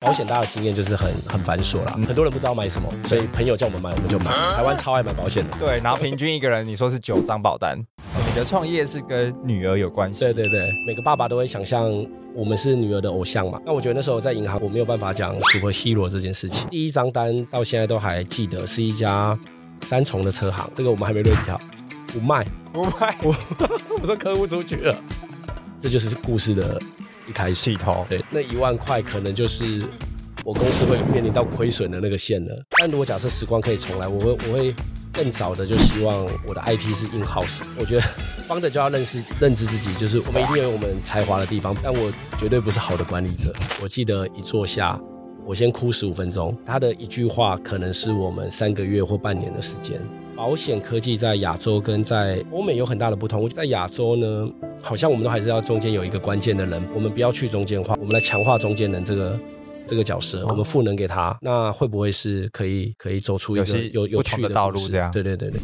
保险大家的经验就是很很繁琐啦，很多人不知道买什么，所以朋友叫我们买我们就买。台湾超爱买保险的，对，然后平均一个人，你说是九张保单。哦你的创业是跟女儿有关系，对对对，每个爸爸都会想象我们是女儿的偶像嘛。那我觉得那时候在银行，我没有办法讲 super hero 这件事情。第一张单到现在都还记得，是一家三重的车行，这个我们还没论及好，不卖，不卖我 我说客户出去了，这就是故事的一开始。起头。对，哦那一万块可能就是我公司会面临到亏损的那个线了。但如果假设时光可以重来，我会我会更早的就希望我的 IP 是 in house。我觉得帮着就要认识认知自己，就是我们一定有我们才华的地方，但我绝对不是好的管理者。我记得一坐下。我先哭十五分钟，他的一句话可能是我们三个月或半年的时间。保险科技在亚洲跟在欧美有很大的不同。在亚洲呢，好像我们都还是要中间有一个关键的人，我们不要去中间化，我们来强化中间人这个这个角色，我们赋能给他，那会不会是可以可以走出一有个些有有不趣同的的道路故事这样对对对对。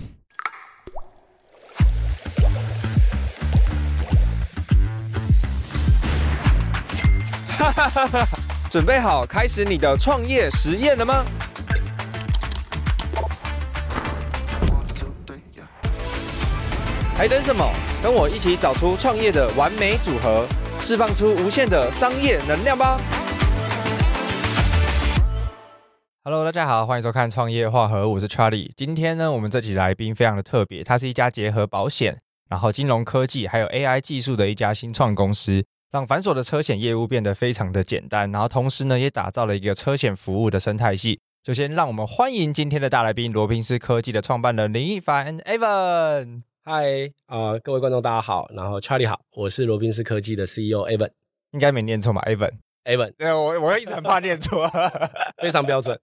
准备好开始你的创业实验了吗？还等什么？跟我一起找出创业的完美组合，释放出无限的商业能量吧！Hello，大家好，欢迎收看《创业化合》，我是 Charlie。今天呢，我们这期来宾非常的特别，它是一家结合保险、然后金融科技还有 AI 技术的一家新创公司。让繁琐的车险业务变得非常的简单，然后同时呢，也打造了一个车险服务的生态系。就先让我们欢迎今天的大来宾——罗宾斯科技的创办人林一凡 Evan。嗨啊、各位观众大家好，然后 Charlie 好，我是罗宾斯科技的 CEO Evan 应该没念错吧？Evan， Evan，对我我一直很怕念错。非常标 准。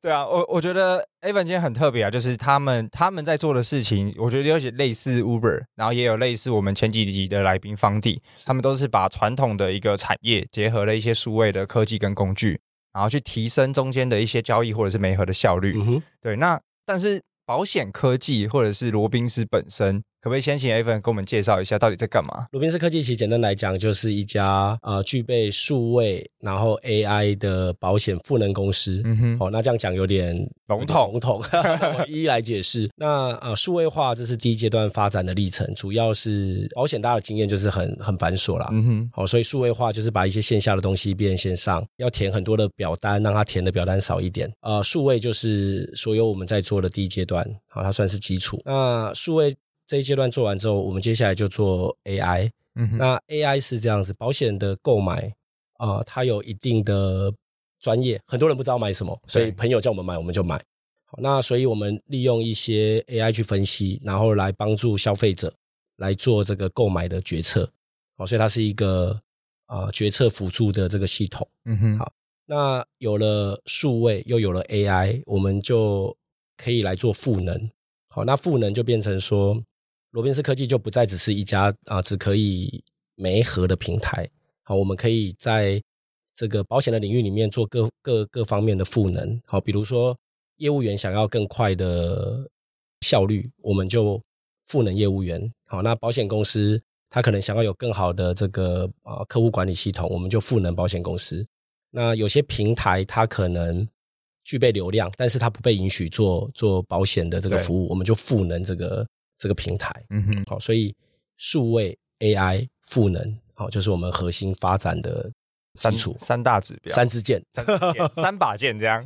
对啊，我我觉得 Evan 今天很特别啊，就是他们他们在做的事情，我觉得有些类似 Uber，然后也有类似我们前几集的来宾方地，他们都是把传统的一个产业结合了一些数位的科技跟工具，然后去提升中间的一些交易或者是媒合的效率。嗯哼，对，那但是保险科技或者是罗宾斯本身，可不可以先请 Evan 给我们介绍一下到底在干嘛？鲁宾斯科技其实简单来讲，就是一家呃具备数位然后 AI 的保险赋能公司。嗯哼，哦，那这样讲有点笼统笼 统，那我一一来解释。那呃，数位化这是第一阶段发展的历程，主要是保险大家的经验就是很很繁琐啦。哦嗯哼，好、所以数位化就是把一些线下的东西变线上，要填很多的表单，让它填的表单少一点。呃，数位就是所有我们在做的第一阶段，好、它算是基础。那数位这一阶段做完之后，我们接下来就做 AI。嗯哼，那 AI 是这样子，保险的购买啊、呃它有一定的专业，很多人不知道买什么，所以朋友叫我们买，我们就买。好，那所以我们利用一些 AI 去分析，然后来帮助消费者来做这个购买的决策。好，所以它是一个呃决策辅助的这个系统。嗯哼，好那有了数位，又有了 AI，我们就可以来做赋能。好，那赋能就变成说，罗宾斯科技就不再只是一家啊、只可以媒合的平台。好，我们可以在这个保险的领域里面做各各各方面的赋能。好，比如说业务员想要更快的效率，我们就赋能业务员。好，那保险公司它可能想要有更好的这个啊、客户管理系统，我们就赋能保险公司。那有些平台它可能具备流量，但是它不被允许做做保险的这个对服务，我们就赋能这个这个平台。嗯哼，好，所以数位 AI 赋能，好，就是我们核心发展的基三础三大指标，三支箭。三支 箭三把剑这样。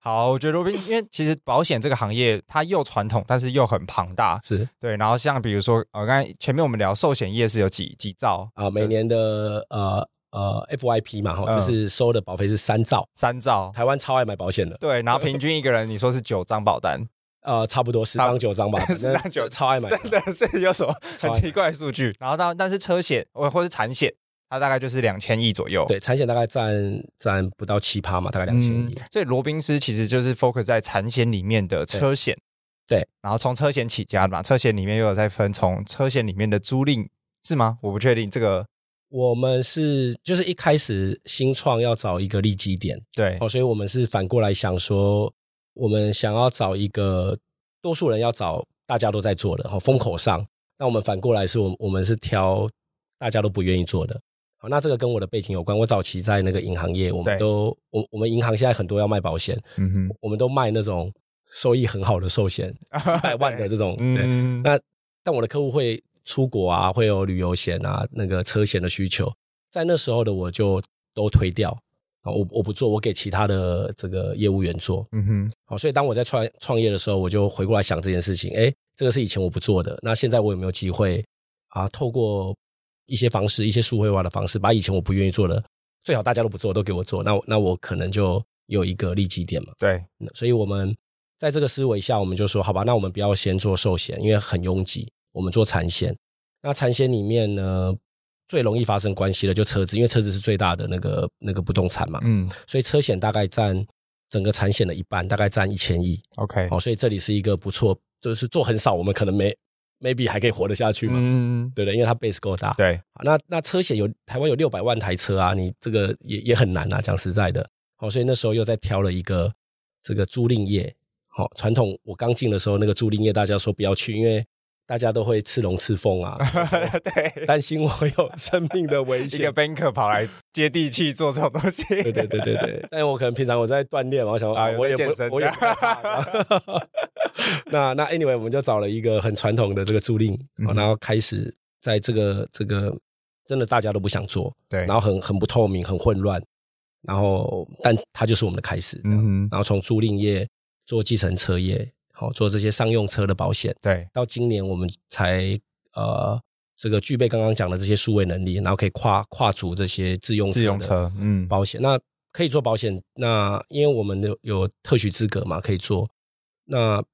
好，我觉得罗宾，因为其实保险这个行业它又传统，但是又很庞大，是对。然后像比如说，呃，刚才前面我们聊寿险业是有几几兆啊，每年的呃呃 FYP 嘛，哈，嗯就是收的保费是三兆，三兆，台湾超爱买保险的，对。然后平均一个人，你说是九张保单，呃，差不多十张九张吧， 十张反正九张超爱买的，真的是有什么很奇怪的数据。然后到但是车险或或是产险，它大概就是两千亿左右，对，产险大概占占不到七趴嘛，大概两嗯，千亿，所以罗宾斯其实就是 focus 在产险里面的车险，对，然后从车险起家的嘛，车险里面又有在分从车险里面的租赁是吗？我不确定这个，我们是就是一开始新创要找一个利基点，对，哦，所以我们是反过来想说，我们想要找一个多数人要找大家都在做的，哦，风口上。那我们反过来是我们我们是挑大家都不愿意做的，好，那这个跟我的背景有关。我早期在那个银行业，我对们都我我们银行现在很多要卖保险，嗯 哼，我们都卖那种收益很好的寿 险，几百万的这种。对，嗯，那但我的客户会出国啊，会有旅游险啊，那个车险的需求，在那时候的我就都推掉啊，我我不做，我给其他的这个业务员做。嗯哼，好，所以当我在创创业的时候，我就回过来想这件事情，哎，这个是以前我不做的，那现在我有没有机会啊？透过一些方式，一些数位化的方式，把以前我不愿意做的，最好大家都不做，都给我做，那我那我可能就有一个利基点嘛。对，嗯所以我们在这个思维下，我们就说，好吧，那我们不要先做寿险，因为很拥挤，我们做产险。那产险里面呢，最容易发生关系的就车子，因为车子是最大的那个那个不动产嘛，嗯所以车险大概占整个产险的一半，大概占一千亿。 ，OK，哦，所以这里是一个不错，就是做很少，我们可能没 maybe 还可以活得下去嘛，嗯，对不对？因为它 base 够大。对，好那那车险有台湾有六百万台车啊，你这个也也很难啊，讲实在的。好、所以那时候又在挑了一个这个租赁业。好、传统我刚进的时候，那个租赁业大家说不要去，因为大家都会刺龙刺凤 啊，对，担心我有生命的危一险个。banker 跑来接地气做这种东西，对对对对对，但我可能平常我在锻炼嘛，我想、啊啊、有我在也健身不我也不害怕 那那 anyway，我们就找了一个很传统的这个租赁，嗯哼然后开始在这个这个真的大家都不想做，对，然后很很不透明，很混乱，然后但它就是我们的开始，这样嗯哼，然后从租赁业做计程车业，好做这些商用车的保险，对，到今年我们才呃。这个具备刚刚讲的这些数位能力，然后可以跨跨足这些自用自用的车，嗯，保险。那可以做保险，那因为我们有有特许资格嘛，可以做。那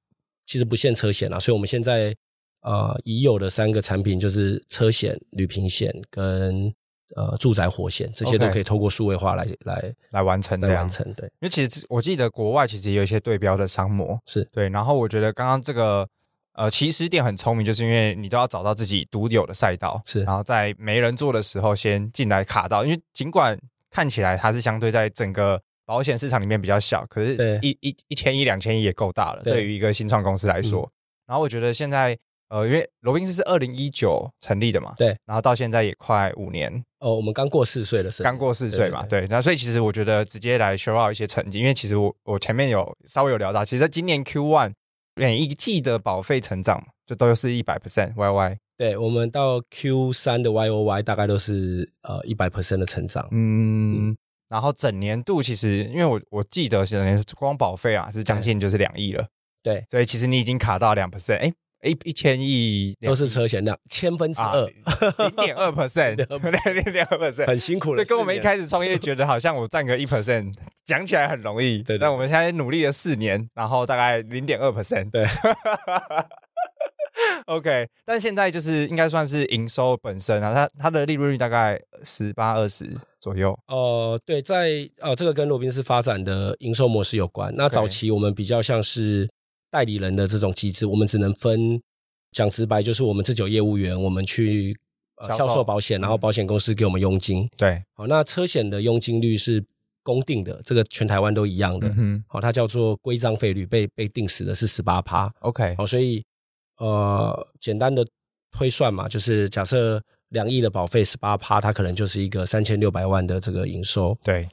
其实不限车险啦，所以我们现在呃已有的三个产品就是车险、旅平险跟呃住宅火险，这些 OK 都可以透过数位化来来来完成这来样完。成。对，因为其实我记得国外其实也有一些对标的商模，是对。然后我觉得刚刚这个呃起始点很聪明，就是因为你都要找到自己独有的赛道，是然后在没人做的时候先进来卡到，因为尽管看起来它是相对在整个保险市场里面比较小，可是对一一一千亿、两千亿也够大了，对嗯对于一个新创公司来说。然后我觉得现在呃，因为罗宾斯是二零一九成立的嘛，对。然后到现在也快五年，哦，我们刚过四岁的生日，刚过四岁嘛，对对，那所以其实我觉得直接来 show out 一些成绩，因为其实我我前面有稍微有聊到，其实在今年 Q one 每一季的保费成长就都是一百 percent Y Y，对，我们到 Q 三的 Y O Y 大概都是呃一百 percent 的成长，嗯，然后整年度其实因为我我记得整年光保费啊是将近就是两亿了，对，所以其实你已经卡到两 percent，哎一一千亿都是车险两千分之二，零点二 percent，零 点二 percent，很辛苦了。对，跟我们一四年开始创业觉得好像我占个一 percent，讲起来很容易。对对但我们现在努力了四年，然后大概零点二 percent。对 OK，但现在就是应该算是营收本身啊，它它的利润率大概十八二十左右。呃，对，在呃，这个跟罗宾斯发展的营售模式有关。那早期我们比较像是代理人的这种机制，我们只能分，讲直白就是我们自己有业务员，我们去、呃销售销售保险，然后嗯保险公司给我们佣金。对，好，那车险的佣金率是公定的，这个全台湾都一样的。嗯哼好，它叫做规章费率，被被定死的是十八趴。 ，OK，好，所以呃，简单的推算嘛，就是假设两亿的保费十八趴，它可能就是一个三千六百万的这个营收。对，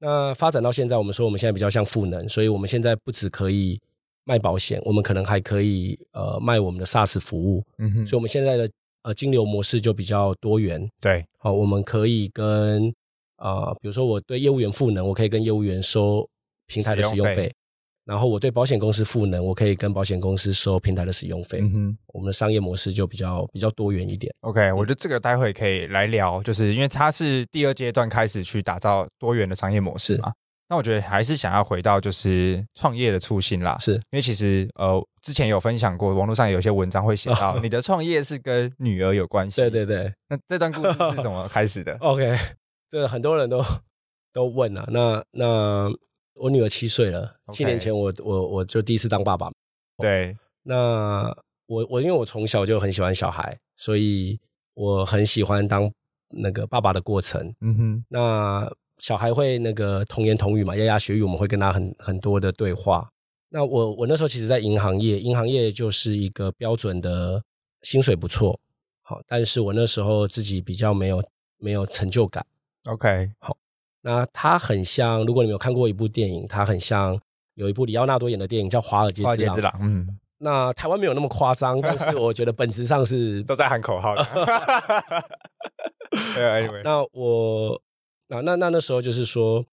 那发展到现在，我们说我们现在比较像赋能，所以我们现在不只可以卖保险，我们可能还可以呃卖我们的 SaaS 服务，嗯哼所以我们现在的呃金流模式就比较多元。对，好、我们可以跟呃，比如说我对业务员赋能，我可以跟业务员收平台的使使用用费费；然后我对保险公司赋能，我可以跟保险公司收平台的使用费。嗯哼。我们的商业模式就比较比较多元一点。 OK，我觉得这个待会可以来聊，就是因为它是第二阶段开始去打造多元的商业模式嘛。那我觉得还是想要回到就是创业的初心啦，是因为其实呃之前有分享过，网络上有些文章会写到你的创业是跟女儿有关系。哦对，对对，那这段故事是怎么开始的 OK，这很多人都都问啊。那那我女儿七岁了 OK 七年前我我我就第一次当爸爸。对，那我我因为我从小就很喜欢小孩，所以我很喜欢当那个爸爸的过程。嗯哼，那小孩会那个童言童语嘛，牙牙学语，我们会跟他很很多的对话。那我我那时候其实，在银行业，银行业就是一个标准的薪水不错，好，但是我那时候自己比较没有没有成就感。 OK，那它很像，如果你们有看过一部电影，它很像有一部里奥纳多演的电影叫《华尔街华尔之街狼》之。狼，嗯，那台湾没有那么夸张，但是我觉得本质上 是都在喊口号的。对，anyway， 那我那那那那时候就是说，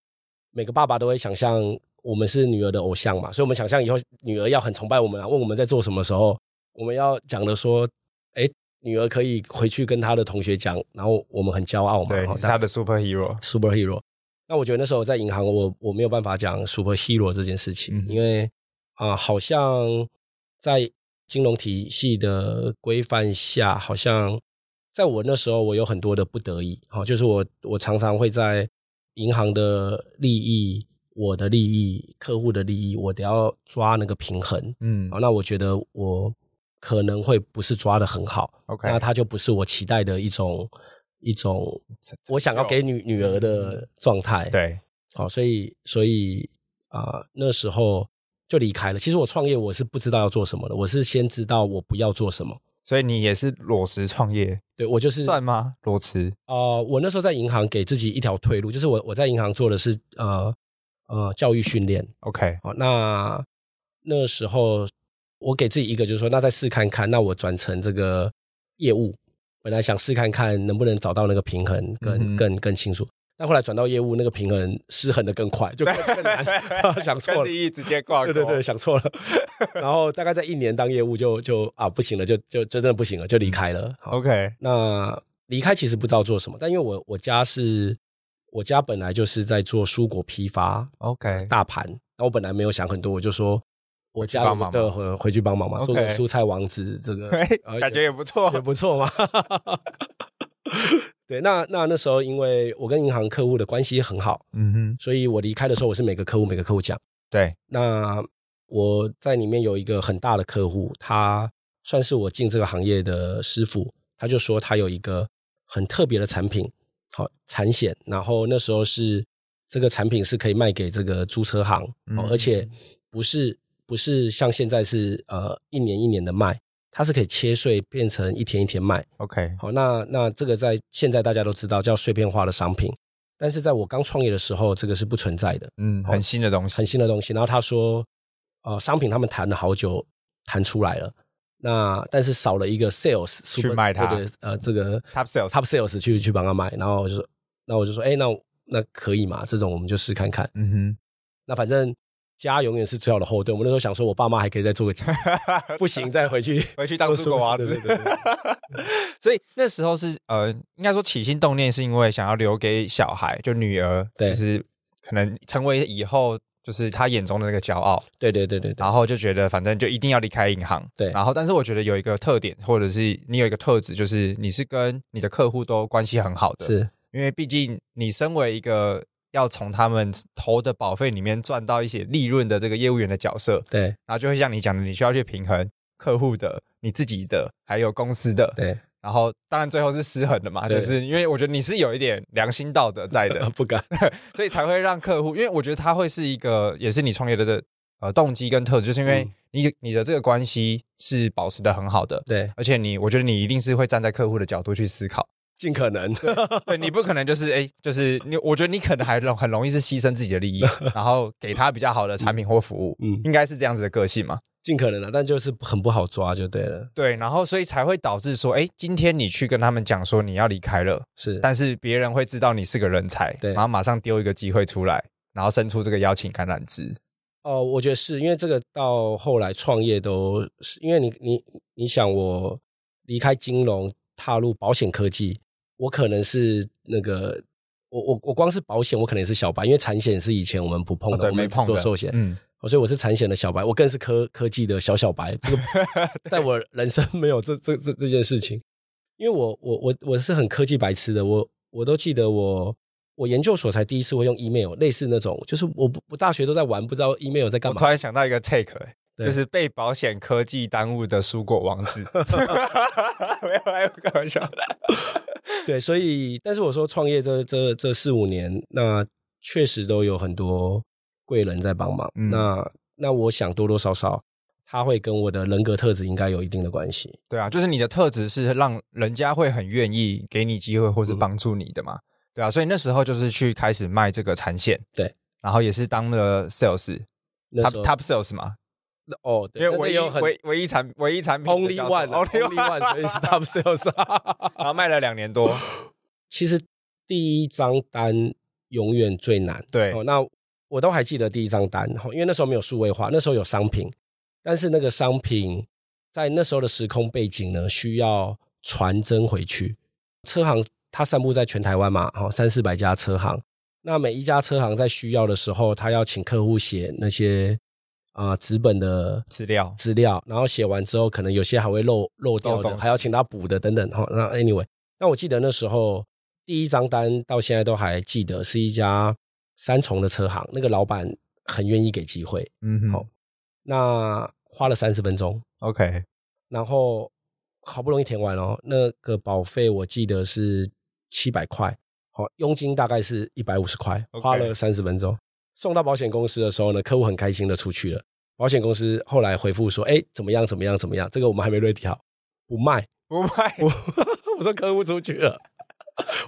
每个爸爸都会想象我们是女儿的偶像嘛，所以我们想象以后女儿要很崇拜我们啊，问我们在做什么时候，我们要讲的说，哎，女儿可以回去跟她的同学讲，然后我们很骄傲嘛，哦对，然后你是他的 superhero。 superhero。那我觉得那时候我在银行我，我没有办法讲 superhero 这件事情，嗯因为啊、好像在金融体系的规范下，好像在我那时候，我有很多的不得已，好、就是我我常常会在银行的利益、我的利益、客户的利益，我得要抓那个平衡。嗯好，那我觉得我可能会不是抓的很好， ，OK，那它就不是我期待的一种一种成我想要就给女女儿的状态。，哦嗯对，好、所以所以啊、那时候就离开了。其实我创业我是不知道要做什么的，我是先知道我不要做什么。所以你也是裸辞创业，对我就是算吗？裸辞呃，我那时候在银行给自己一条退路，就是我我在银行做的是呃呃教育训练。 ，OK，好、哦那那时候我给自己一个就是说，那再试看看，那我转成这个业务。本来想试看看能不能找到那个平衡更，嗯哼更更清楚。但后来转到业务，那个平衡失衡的更快，就更更 难。 想错了，第一直哦接挂对对对，想错了。 然后大概在一年当业务就就啊不行了，就就就真的不行了，嗯就离开了。好，OK，那离开其实不知道做什么，但因为我我家是我家本来就是在做蔬果批发 OK，大盘，那我本来没有想很多，我就说我家帮忙的嘛回回去帮忙嘛，做个 OK 蔬菜王子，这个呃哎感觉也不错也不错嘛。 对，那那那时候因为我跟银行客户的关系很好，嗯哼，所以我离开的时候我是每个客户每个客户讲。对，那我在里面有一个很大的客户，他算是我进这个行业的师傅，他就说他有一个很特别的产品，好产险，然后那时候是这个产品是可以卖给这个租车行，嗯哦而且不是不是像现在是呃一年一年的卖，它是可以切碎变成一天一天卖。 ，OK，好，那那这个在现在大家都知道叫碎片化的商品，但是在我刚创业的时候，这个是不存在的。嗯，好很新的东西，很新的东西。然后他说，呃，商品他们谈了好久，谈出来了，那但是少了一个 sales 去 super- 卖它对对，呃，这个 Top sales top sales 去去帮他卖。然后我就说，那我就说，哎，那那可以嘛？这种我们就试看看。嗯那反正家永远是最好的后盾。我们那时候想说，我爸妈还可以再做个 几哼，不行再回 去。回去当做出国娃对子对对对。 所以那时候是呃，应该说起心动念是因为想要留给小孩，就女儿，对就是可能成为以后就是他眼中的那个骄傲，对对对对对然后就觉得反正就一定要离开银行。对然后但是我觉得有一个特点，或者是你有一个特质，就是你是跟你的客户都关系很好的，是因为毕竟你身为一个要从他们投的保费里面赚到一些利润的这个业务员的角色，对然后就会像你讲的，你需要去平衡客户的、你自己的，还有公司的，对，然后当然最后是失衡的嘛，对，就是因为我觉得你是有一点良心道德在的 不敢。所以才会让客户，因为我觉得他会是一个，也是你创业的的呃动机跟特质，就是因为嗯你、你的这个关系是保持的很好的，对，而且你我觉得你一定是会站在客户的角度去思考，尽可能。对你不可能就是哎，就是你，我觉得你可能还容很容易是牺牲自己的利益，然后给他比较好的产品或服务， 嗯，应该是这样子的个性嘛。尽可能的，但就是很不好抓就对了。对，然后所以才会导致说，哎，今天你去跟他们讲说你要离开了，是，但是别人会知道你是个人才，对然后马上丢一个机会出来，然后伸出这个邀请橄榄枝。哦，我觉得是因为这个到后来创业都是因为你你你想我离开金融踏入保险科技，我可能是那个我我我光是保险我可能也是小白，因为产险是以前我们不哦碰的，哦对，我没们只碰做的寿险，嗯，哦所以我是产险的小白，我更是科科技的小小白， 这个在我人生没有这这这这件事情，因为我我我我是很科技白痴的，我我都记得我。我研究所才第一次会用 email，类似那种，就是我不我大学都在玩，不知道 email 在干我嘛突。然想到一个 take，欸、对就是被保险科技耽误的蔬果王 子。没有，没有，开玩笑。对，所以但是我说创业这这这四五年，那确实都有很多贵人在帮忙。嗯那那我想多多少少它会跟我的人格特质应该有一定的关系。对啊，就是你的特质是让人家会很愿意给你机会或是嗯帮助你的嘛，对啊，所以那时候就是去开始卖这个产线，对，然后也是当了 sales。那 top 时候 top sales 嘛，哦，因对为那唯一有很唯唯一产唯一产品 only 叫 one 啊 only only one，所以是 top sales。啊然后卖了两年多，其实第一张单永远最难。对哦，那我都还记得第一张单，哦因为那时候没有数位化，那时候有商品，但是那个商品在那时候的时空背景呢，需要传真回去。车行它散布在全台湾嘛，好、三四百家车行，那每一家车行在需要的时候，他要请客户写那些啊、纸本的资料资料，然后写完之后，可能有些还会漏漏掉漏的，洞还要请他补的等等哈。那 anyway，那我记得那时候第一张单到现在都还记得，是一家三重的车行，那个老板很愿意给机会，嗯哼，好那花了三十分钟， ，OK，然后好不容易填完哦，那个保费我记得是七百块，好，佣金大概是一百五十块， OK 花了三十分钟。送到保险公司的时候呢，客户很开心的出去了。保险公司后来回复说：“哎，怎么样？怎么样？怎么样？这个我们还没 ready 好，不卖。 不卖我”我说客户出去了，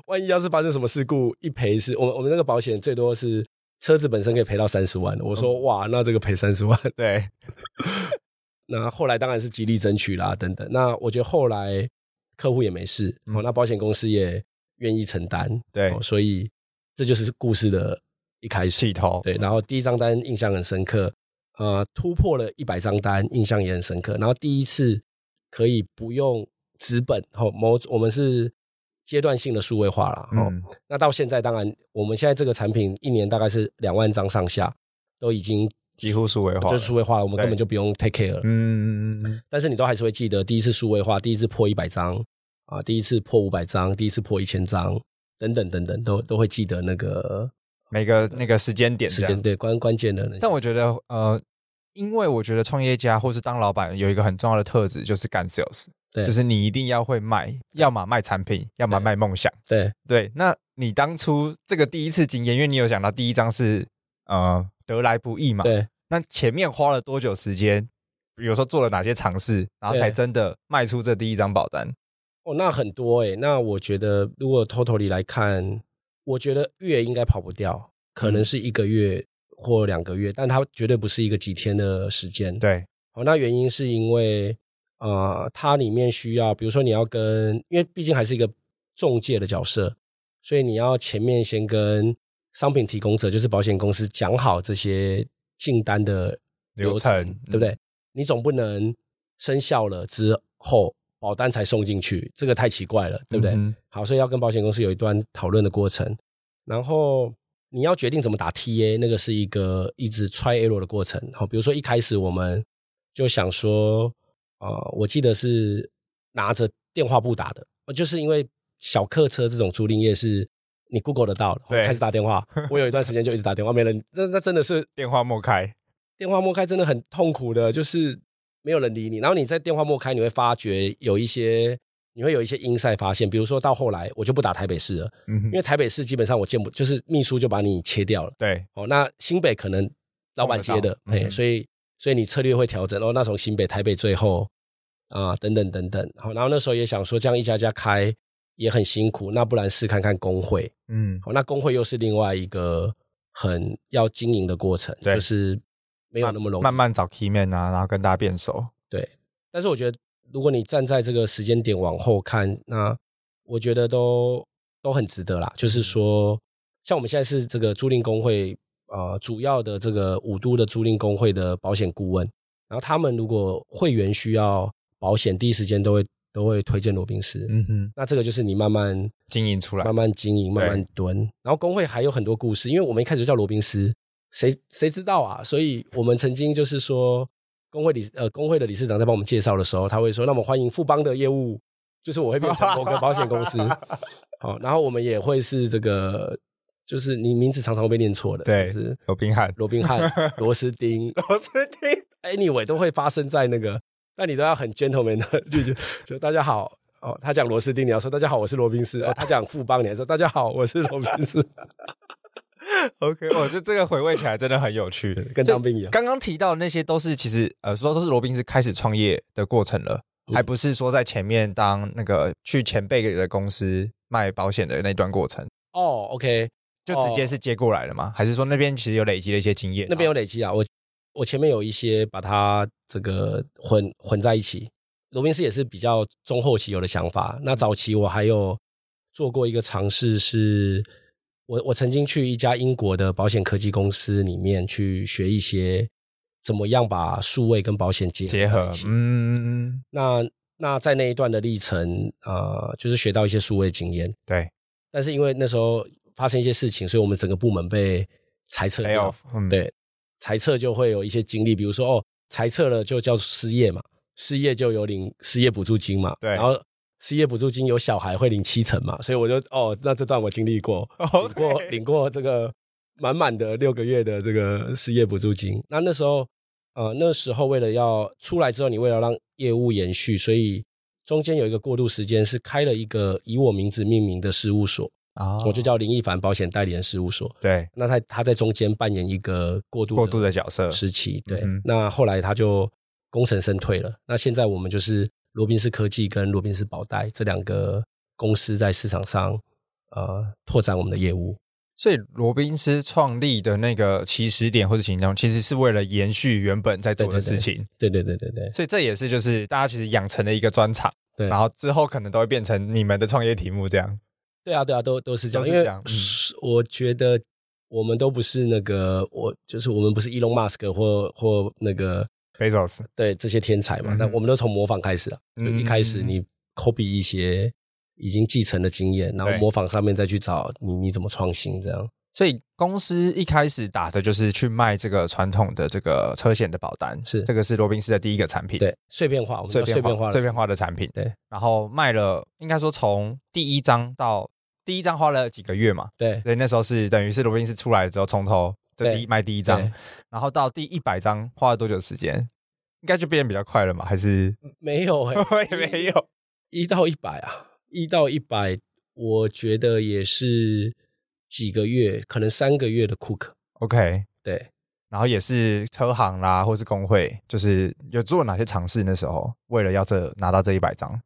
万一要是发生什么事故，一赔是我们我们那个保险最多是车子本身可以赔到三十万。我说：“哇，那这个赔三十万，对，那后来当然是极力争取啦，等等。那我觉得后来客户也没事，嗯哦，那保险公司也愿意承担，对哦所以这就是故事的一开始。起头，对，然后第一张单印象很深刻，呃，突破了一百张单，印象也很深刻。然后第一次可以不用资本，哦，某我们是阶段性的数位化啦。哦，嗯，那到现在当然，我们现在这个产品一年大概是两万张上下，都已经几乎数位化就了，是数位化了，我们对根本就不用 take care 了。嗯，嗯嗯嗯但是你都还是会记得第一次数位化，第一次破一百张啊，第一次破五百张，第一次破一千张，等等等等，都都会记得那个每个那个时间点时这样间，对关关键的那些。但我觉得，呃，因为我觉得创业家或是当老板有一个很重要的特质，就是干 sales，对就是你一定要会卖，要么卖产品，要么对卖梦想。对对，那你当初这个第一次经验，因为你有讲到第一张是呃得来不易嘛，对那前面花了多久时间？比如说做了哪些尝试，然后对才真的卖出这第一张保单？哦，那很多诶、那我觉得如果 totally 来看，我觉得月应该跑不掉，可嗯能是一个月或两个月，但它绝对不是一个几天的时间。对，哦，那原因是因为呃，它里面需要，比如说你要跟，因为毕竟还是一个中介的角色，所以你要前面先跟商品提供者，就是保险公司讲好这些进单的流流程程，嗯对不对？你总不能生效了之后保单才送进去，这个太奇怪了，对不对？嗯好，所以要跟保险公司有一段讨论的过程，然后你要决定怎么打 TA，那个是一个一直 try error 的过程。好，比如说一开始我们就想说，呃，我记得是拿着电话簿打的，呃就是因为小客车这种租赁业是你 Google 得到的，对开始打电话。我有一段时间就一直打电话，没人，那那真的是电话莫开，电话默开真的很痛苦的，就是没有人理你。然后你在电话默开，你会发觉有一些，你会有一些因赛发现，比如说到后来我就不打台北市了，嗯哼因为台北市基本上我见不，就是秘书就把你切掉了。对，哦，那新北可能老板接的，碰得到嘿，嗯所以所以你策略会调整。哦，那从新北、台北最后啊、等等等等。好，然后那时候也想说，这样一家家开也很辛苦，那不然试看看工会。嗯，好，那工会又是另外一个很要经营的过程，对就是没有那么容易。慢慢找 key man 啊，然后跟大家变熟。对，但是我觉得，如果你站在这个时间点往后看，那我觉得都都很值得啦。就是说，像我们现在是这个租赁工会呃主要的这个五都的租赁工会的保险顾问，然后他们如果会员需要保险，第一时间都会都会推荐罗宾斯。嗯哼，那这个就是你慢慢经营出来慢。慢经营，对慢慢蹲。然后工会还有很多故事，因为我们一开始就叫罗宾斯，谁谁知道啊？所以我们曾经就是说，工会理呃工会的理事长在帮我们介绍的时候，他会说：“那我们欢迎富邦的业务，就是我会变成某个保险公司。” 好，然后我们也会是这个，就是你名字常常会被念错的，对就是有冰 汉，罗宾汉、螺丝钉螺丝钉， ，anyway 都会发生在那个，但你都要很 gentleman 的拒绝，就大家好哦。他讲螺丝钉，你要说大家好，我是罗宾斯；哦，他讲富邦，你还说大家好，我是罗宾斯。 OK，我觉得这个回味起来真的很有趣。跟当兵一样。刚刚提到的那些都是其实呃说都是罗宾是开始创业的过程了，嗯还不是说在前面当那个去前辈的公司卖保险的那段过程， 哦，OK，就直接是接过来了吗？还是说那边其实有累积了一些经验？哦那边有有累积啊，我我前面有一些把它这个混混在一起。罗宾斯也是比较中后期有的想法。那早期我还有做过一个尝试是，我我曾经去一家英国的保险科技公司里面去学一些怎么样把数位跟保险结合结在合一起，嗯，那那在那一段的历程，呃，就是学到一些数位经验。对但是因为那时候发生一些事情，所以我们整个部门被裁撤 l a y 掉 off，。嗯，对，裁撤就会有一些经历，比如说哦，裁撤了就叫失业嘛，失业就有领失业补助金嘛，对然后失业补助金有小孩会领七成嘛，所以我就哦，那这段我经历过，领哦 OK 过领过这个满满的六个月的这个失业补助金。那那时候呃，那时候为了要出来之后，你为了让业务延续，所以。中间有一个过渡时间，是开了一个以我名字命名的事务所，啊，我就叫林一凡保险代理人事务所。对那他他在中间扮演一个过渡过渡的角色，时期，对。嗯哼那后来他就功成身退了。那现在我们就是罗宾斯科技跟罗宾斯保代这两个公司在市场上呃拓展我们的业务。所以罗宾斯创立的那个起始点或者行动，其实是为了延续原本在做的对对对事情，对对对对对所以这也是就是大家其实养成了一个专场，对。然后之后可能都会变成你们的创业题目这样。对啊对啊，都都是这样，都是因这为样嗯是我觉得我们都不是那个我就是我们不是 Elon Musk 或或那个 Bezos，对这些天才嘛，嗯那、我们都从模仿开始啊。就一开始嗯你 copy 一些已经继承的经验，然后对模仿上面再去找你你怎么创新这样。所以公司一开始打的就是去卖这个传统的这个车险的保单，是这个是罗宾斯的第一个产品，，对，碎片化，我们碎叫碎片片化化，碎片化的产品，对然后卖了，应该说从第一章到第一章花了几个月嘛，对所以那时候是等于是罗宾斯出来之后从头就第对一卖第一章对，然后到第一百章花了多久时间？应该就变得比较快了嘛？还是没有哎、我 也没有？一到一百啊，一到一百，我觉得也是几个月，可能三个月的 cook。 OK，对，然后也是车行啦，或是工会，就是有做哪些尝试？那时候为了要这拿到这一百张，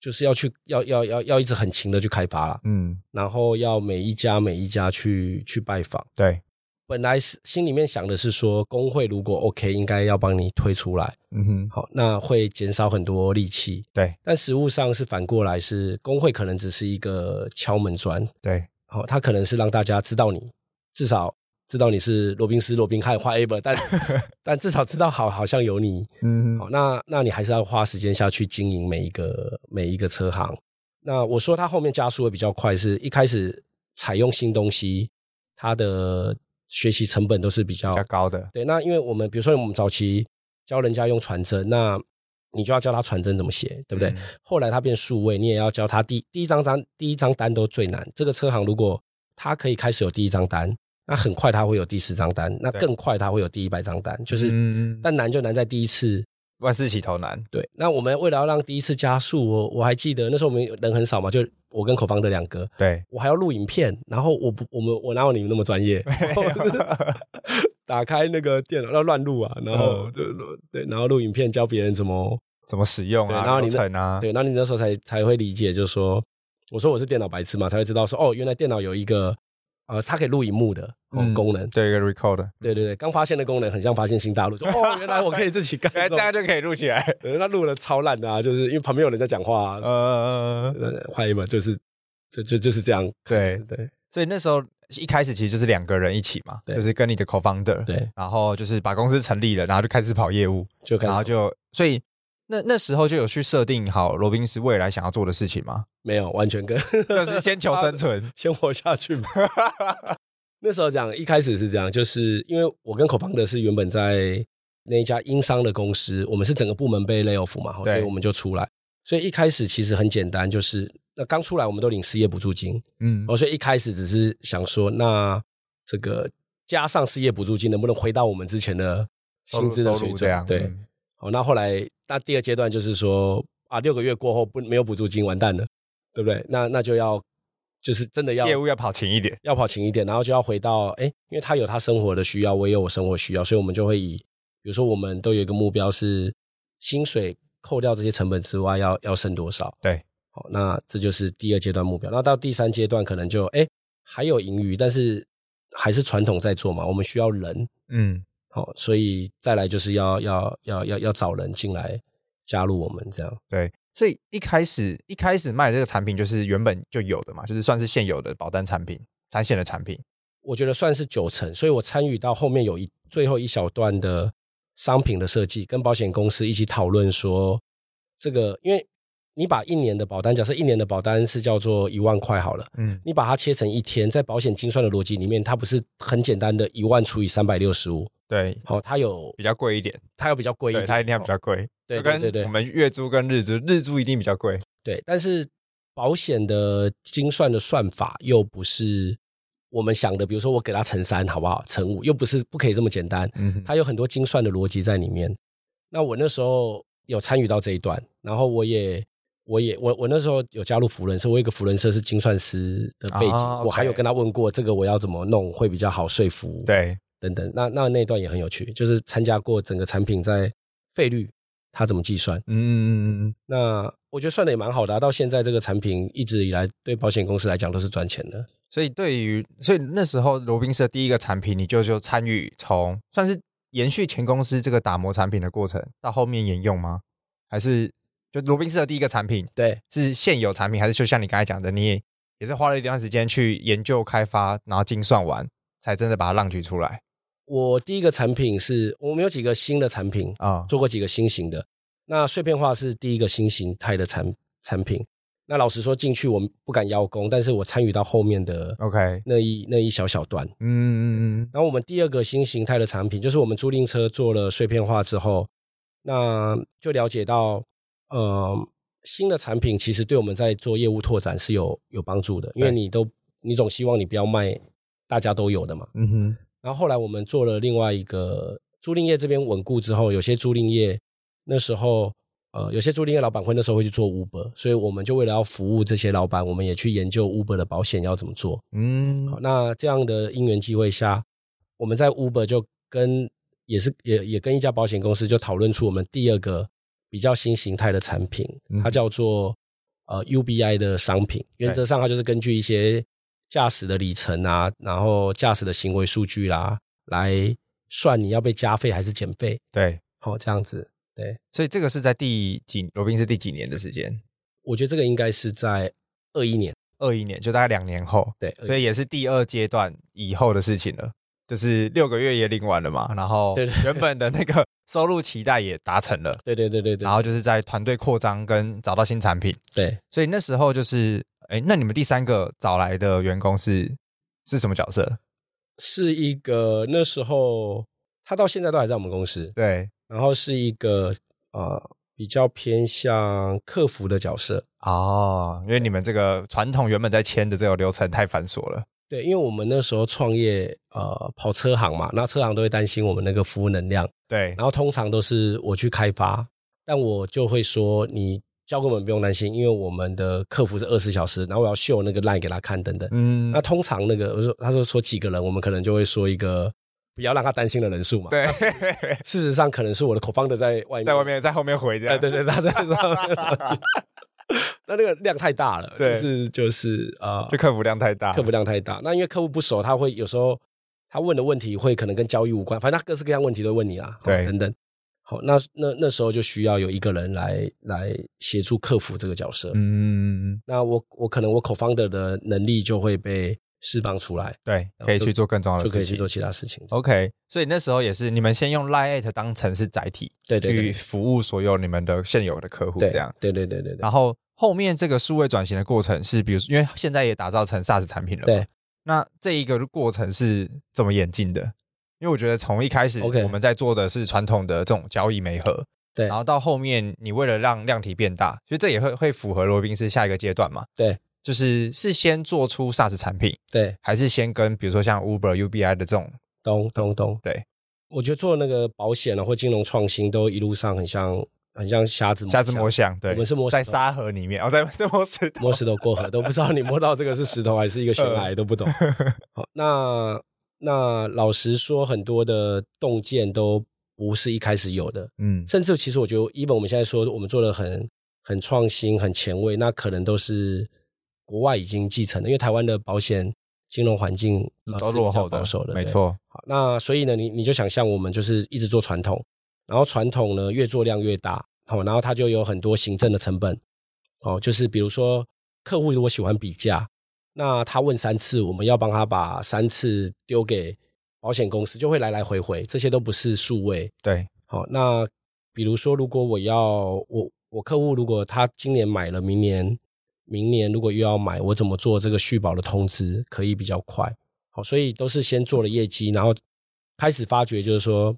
就是要去要要要要一直很勤的去开发啦，嗯，然后要每一家每一家去去拜访。对，本来是心里面想的是说，工会如果 OK，应该要帮你推出来，嗯哼，好，那会减少很多力气。对但实物上是反过来是，工会可能只是一个敲门砖，对，好、它可能是让大家知道你，至少知道你是罗宾斯、罗宾汉、whatever，但 但至少知道好好像有你。嗯好、，那那你还是要花时间下去经营每一个每一个车行。那我说它后面加速会比较快，是一开始采用新东西，它的学习成本都是比较比较高的，对，那因为我们比如说我们早期教人家用传真，那你就要教他传真怎么写，对不对？嗯后来他变数位，你也要教他第第一张单第一张单都最难。这个车行如果他可以开始有第一张单，那很快他会有第十张单，那对更快他会有第一百张单。就是，嗯嗯嗯但难就难在第一次。万事起头难，对，那我们为了要让第一次加速，我我还记得那时候我们人很少嘛，就我跟口方的两个， 对，我还要录影片，然后我不，我们我哪有你们那么专业？ 打开那个电脑要乱录啊，然后嗯对对，然后录影片教别人怎么怎么使用对啊，然后流你那程啊，对，那你那时候才才会理解，就是说，我说我是电脑白痴嘛，才会知道说哦，原来电脑有一个呃，它可以录荧幕的、哦嗯功能。对一个 record，对对对，刚发现的功能很像发现新大陆，说哦，原来我可以自己干 原来这这种。样就可以录起来，对那录的超烂的啊，就是因为旁边有人在讲话、啊，呃，呃，换一本就是就就就是这样开始。对所以那时候一开始其实就是两个人一起嘛，对就是跟你的 co-founder，对对，然后就是把公司成立了，然后就开始跑业务，就开然后始就所以那那时候就有去设定好罗宾斯未来想要做的事情吗？没有完全跟，就是先求生 存先活下去吧。那时候讲一开始是这样，就是因为我跟口方的是原本在那一家英商的公司，我们是整个部门被 lay off 嘛，对所以我们就出来。所以一开始其实很简单，就是那刚出来我们都领失业补助金，嗯，哦，所以一开始只是想说，那这个加上失业补助金能不能回到我们之前的收入薪资的收水入准？这样，对，嗯好，哦那后来那第二阶段就是说啊，六个月过后不没有补助金，完蛋了，对不对？那那就要就是真的要业务要跑勤一点。要跑勤一点，然后就要回到哎，诶因为他有他生活的需要，我也有我生活需要，所以我们就会以，比如说我们都有一个目标是薪水扣掉这些成本之外，要要剩多少？对，好，那这就是第二阶段目标。那到第三阶段可能就哎还有盈余，但是还是传统在做嘛，我们需要人，嗯，好、所以再来就是要要要要要找人进来加入我们这样。对。所以一开始一开始卖这个产品就是原本就有的嘛，就是算是现有的保单产品、产险的产品。我觉得算是九成，所以我参与到后面有一最后一小段的商品的设计，跟保险公司一起讨论说，这个因为你把一年的保单，假设一年的保单是叫做一万块好了，嗯，你把它切成一天，在保险精算的逻辑里面，它不是很简单的一万除以三百六十五，对，好，它有比较贵一点，它有比较贵一对，点，哦它一定要比较贵。对就对跟对对我们月租跟日租，日租一定比较贵。对，但是保险的精算的算法又不是我们想的，比如说我给它乘三好不好，乘五又不是不可以这么简单，嗯，它有很多精算的逻辑在里面。那我那时候有参与到这一段，然后我也我也我我那时候有加入福伦社，我有一个福伦社是精算师的背景，啊我还有 OK 跟他问过这个我要怎么弄会比较好说服，对，等等。那那那段也很有趣，就是参加过整个产品在费率它怎么计算。嗯嗯嗯嗯那我觉得算的也蛮好的、啊，到现在这个产品一直以来对保险公司来讲都是赚钱的。所以对于，所以那时候罗宾斯的第一个产品，你就就参与从算是延续前公司这个打磨产品的过程，到后面沿用吗？还是就罗宾斯的第一个产品对，是现有产品，还是就像你刚才讲的，你也也是花了一段时间去研究开发，然后精算完才真的把它浪取出来我第一个产品是我们有几个新的产品，啊？做过几个新型的。那碎片化是第一个新形态的产产品。那老实说，进去我们不敢邀功，但是我参与到后面的 OK，那一那一小小段。嗯嗯嗯然后我们第二个新形态的产品，就是我们租赁车做了碎片化之后，那就了解到，呃，新的产品其实对我们在做业务拓展是有有帮助的，因为对你都你总希望你不要卖大家都有的嘛。嗯嗯哼，然后后来我们做了另外一个租赁业这边稳固之后，有些租赁业那时候呃，有些租赁业老板会那时候会去做 Uber，所以我们就为了要服务这些老板，我们也去研究 Uber 的保险要怎么做。嗯好，那这样的因缘际会下，我们在 Uber 就跟也是也也跟一家保险公司就讨论出我们第二个比较新形态的产品嗯，它叫做呃 UBI 的商品。原则上，它就是根据一些驾驶的里程啊，然后驾驶的行为数据啦、来算你要被加费还是减费。对，好、这样子，对所以这个是在第几？罗宾是第几年的时间？我觉得这个应该是在二一年，二一年，就大概两年后。对，所以也是第二阶段以后的事情了，就是六个月也领完了嘛，然后嗯对对原本的那个 收入期待也达成了，对对对对对然后就是在团队扩张跟找到新产品，对，所以那时候就是，哎，那你们第三个找来的员工是是什么角色？是一个那时候他到现在都还在我们公司，对然后是一个呃比较偏向客服的角色。哦，因为你们这个传统原本在签的这个流程太繁琐了，对，因为我们那时候创业，呃，跑车行嘛，那车行都会担心我们那个服务能量，对然后通常都是我去开发，但我就会说你交给我们不用担心，因为我们的客服是二十小时，然后我要秀那个 line 给他看等等。嗯那，通常那个我说他说说几个人，我们可能就会说一个不要让他担心的人数嘛。，对，事实上可能是我的口方的在外面， 在外面在后面回这哎，样，对对，他在上面 那那个量太大了，对就是就是啊，就客服量太大，客服量太大。那因为客户不熟，他会有时候他问的问题会可能跟交易无关，反正他各式各样问题都问你啦，哦对等等。好，那那那时候就需要有一个人来来协助客服这个角色。嗯，那我我可能我口方的的能力就会被释放出来，对，可以去做更重要的就事可情，以去做其他事情。 OK，所以那时候也是你们先用 Lite 当成是载体，对对去对服务所有你们的现有的客户对，这样。对对对对对然后后面这个数位转型的过程是，比如因为现在也打造成 SaaS 产品了，对。那这一个过程是怎么演进的？因为我觉得从一开始 OK 我们在做的是传统的这种交易媒合，对然后到后面你为了让量体变大，所以这也会会符合罗宾斯下一个阶段嘛？对，就是是先做出 SaaS 产品，对，还是先跟比如说像 Uber、UBI 的这种懂懂懂。对，我觉得做那个保险啊或金融创新都一路上很像很像瞎子瞎子摸象，对，我们是摸在石头沙河里面，哦，在 在摸石头，嗯摸石头过河，都不知道你摸到这个是石头还是一个悬 崖，都不懂。好，那那老实说，很多的洞见都不是一开始有的，嗯甚至其实我觉得，even 我们现在说我们做的很很创新、很前卫，那可能都是国外已经继承的，因为台湾的保险金融环境呃都是落比较后的保守的，没对。错，好，那所以呢，你你就想象我们就是一直做传统，然后传统呢越做量越大，好、然后它就有很多行政的成本，哦，就是比如说客户如果喜欢比价，那他问三次，我们要帮他把三次丢给保险公司，就会来来回回，这些都不是数位。对，好、那比如说如果我要我我客户如果他今年买了，明年明年如果又要买，我怎么做这个续保的通知可以比较快？好，所以都是先做了业绩，然后开始发觉就是说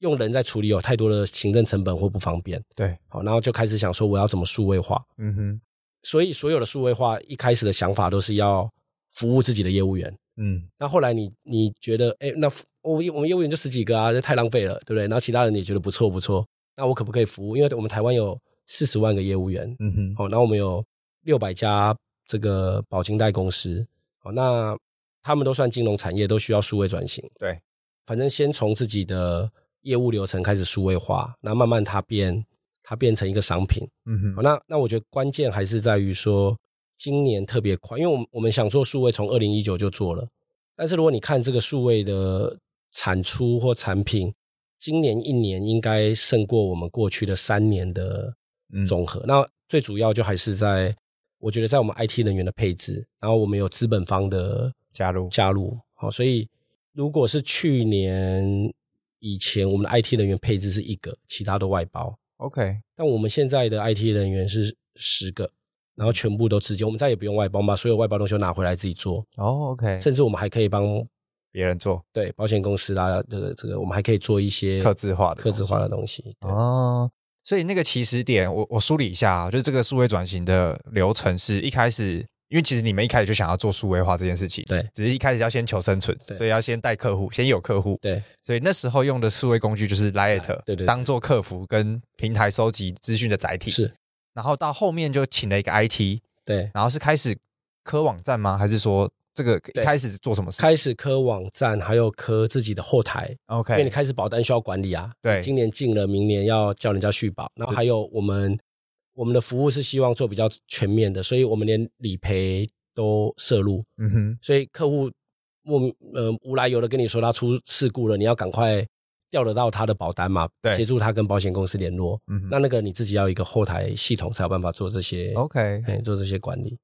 用人在处理有太多的行政成本或不方便，对，好，然后就开始想说我要怎么数位化。嗯哼，所以所有的数位化一开始的想法都是要服务自己的业务员。嗯，那后来你你觉得，哎，那我我们业务员就十几个啊，这太浪费了，对不对？然后其他人也觉得不错不错，那我可不可以服务？因为我们台湾有四十万个业务员，嗯哼，好、哦，那我们有六百家这个保金贷公司，好、那他们都算金融产业，都需要数位转型。对，反正先从自己的业务流程开始数位化，那慢慢它变它变成一个商品。嗯好，哼，那那我觉得关键还是在于说，今年特别快，因为我们我们想做数位，从二零一九就做了，但是如果你看这个数位的产出或产品，今年一年应该胜过我们过去的三年的嗯总和。那最主要就还是在，我觉得在我们 IT 人员的配置，然后我们有资本方的加入加入，好，所以如果是去年以前，我们的 IT 人员配置是一个，其他都外包。 ，OK，但我们现在的 IT 人员是十个，然后全部都自己，我们再也不用外包，我们把所有外包东西都拿回来自己做，哦，OK，甚至我们还可以帮别人做对保险公司啦，这个这个，我们还可以做一些刻字化的刻东西，字化的东西。对哦，所以那个起始点，我我梳理一下啊，就是这个数位转型的流程是一开始，因为其实你们一开始就想要做数位化这件事情，对只是一开始要先求生存，对所以要先带客户，先有客户，对所以那时候用的数位工具就是 Light，啊对对对当做客服跟平台收集资讯的载体，是，然后到后面就请了一个 IT，对，然后是开始科网站吗？还是说这个一对开始做什么事开始磕网站，还有磕自己的后台，因为你？OK，开始保单需要管理啊，对今年进了，明年要叫人家续保，然后还有我们我们的服务是希望做比较全面的，所以我们连理赔都摄入，嗯哼，所以客户莫名呃无来由的跟你说他出事故了，你要赶快调得到他的保单嘛，对协助他跟保险公司联络。嗯哼，那那个你自己要有一个后台系统才有办法做这些 OK，哎，做这些管理。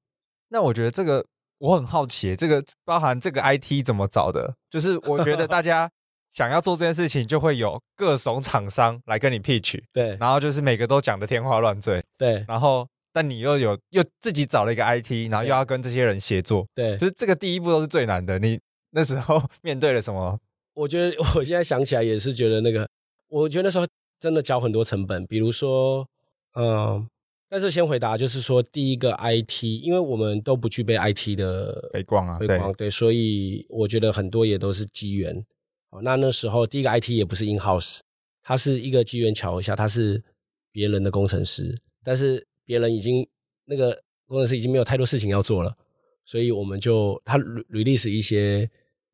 那我觉得这个我很好奇，这个包含这个 IT 怎么找的？就是我觉得大 家想要做这件事情，就会有各种厂商来跟你 pitch，对然后就是每个都讲的天花乱坠，对然后但你又有又自己找了一个 IT，然后又要跟这些人协作，对就，是这个第一步都是最难的。你那时候 面对了什么？我觉得我现在想起来也是觉得那个，我觉得那时候真的交很多成本，比如说嗯。但是先回答，就是说第一个 IT，因为我们都不具备 IT 的北逛啊，推对广对，所以我觉得很多也都是机缘。哦，那那时候第一个 IT 也不是 in house，它是一个机缘巧合下，他是别人的工程师，但是别人已经那个工程师已经没有太多事情要做了，所以我们就他履履历是一些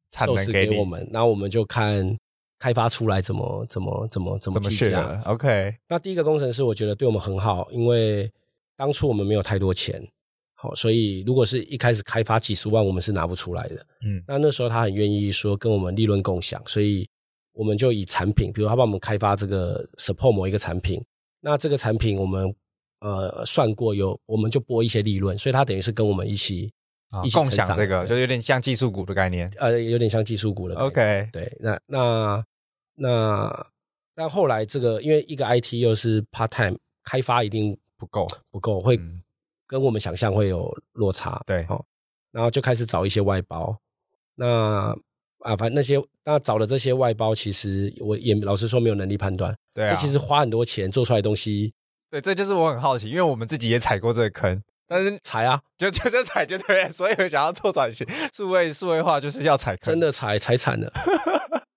产寿能司给给你我们，那我们就看开发出来怎么怎么怎么怎么怎么计去价。了？OK，那第一个工程师，我觉得对我们很好，因为当初我们没有太多钱，好，所以如果是一开始开发几十万，我们是拿不出来的。嗯那那时候他很愿意说跟我们利润共享，所以我们就以产品，比如他帮我们开发这个 support 某一个产品，那这个产品我们呃算过有，我们就拨一些利润，所以他等于是跟我们一起啊一起共成享长这个对就有点像技术股的概念。呃有点像技术股的概念 OK，对，那那那但后来这个因为一个 IT 又是 part time 开发一定不够，不够，会嗯跟我们想象会有落差。对好、然后就开始找一些外包。那啊，反正那些那找的这些外包，其实我也老实说没有能力判断。对啊，所以其实花很多钱做出来的东西，对，这就是我很好奇，因为我们自己也踩过这个坑，但是踩啊，就就就踩就对了，所以我想要做转型，数位数位化就是要踩坑，真的，的踩踩 惨了。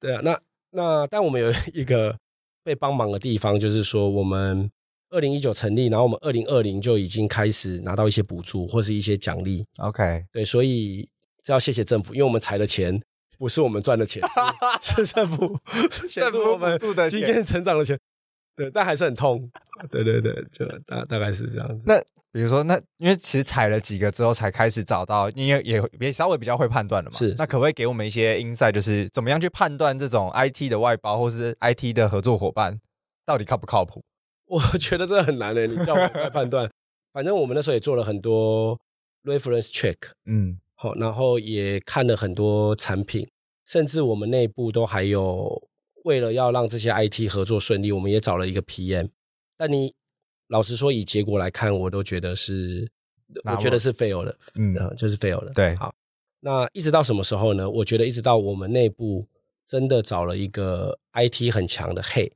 对啊，那那但我们有一个被帮忙的地方，就是说我们。二零一九成立，然后我们二零二零就已经开始拿到一些补助或是一些奖励， OK，对，所以这要谢谢政府，因为我们裁的钱不是我们赚的钱， 是是政府政府我们补助的今钱天成长的钱，对，但还是很痛，对对对，就大大概是这样子。 那比如说，那因为其实踩了几个之后，才开始找到，因为也也稍微比较会判断了嘛。是那可不可以给我们一些 insight，就是怎么样去判断这种 IT 的外包或是 IT 的合作伙伴到底靠不靠谱？我觉得这很难诶、你叫我来判断。反正我们那时候也做了很多 reference check，嗯，好，然后也看了很多产品，甚至我们内部都还有为了要让这些 IT 合作顺利，我们也找了一个 PM。但你老实说，以结果来看，我都觉得是，拿我不觉得是 fail 了，嗯嗯、就是 fail 了。对好，那一直到什么时候呢？我觉得一直到我们内部真的找了一个 IT 很强的 Hey，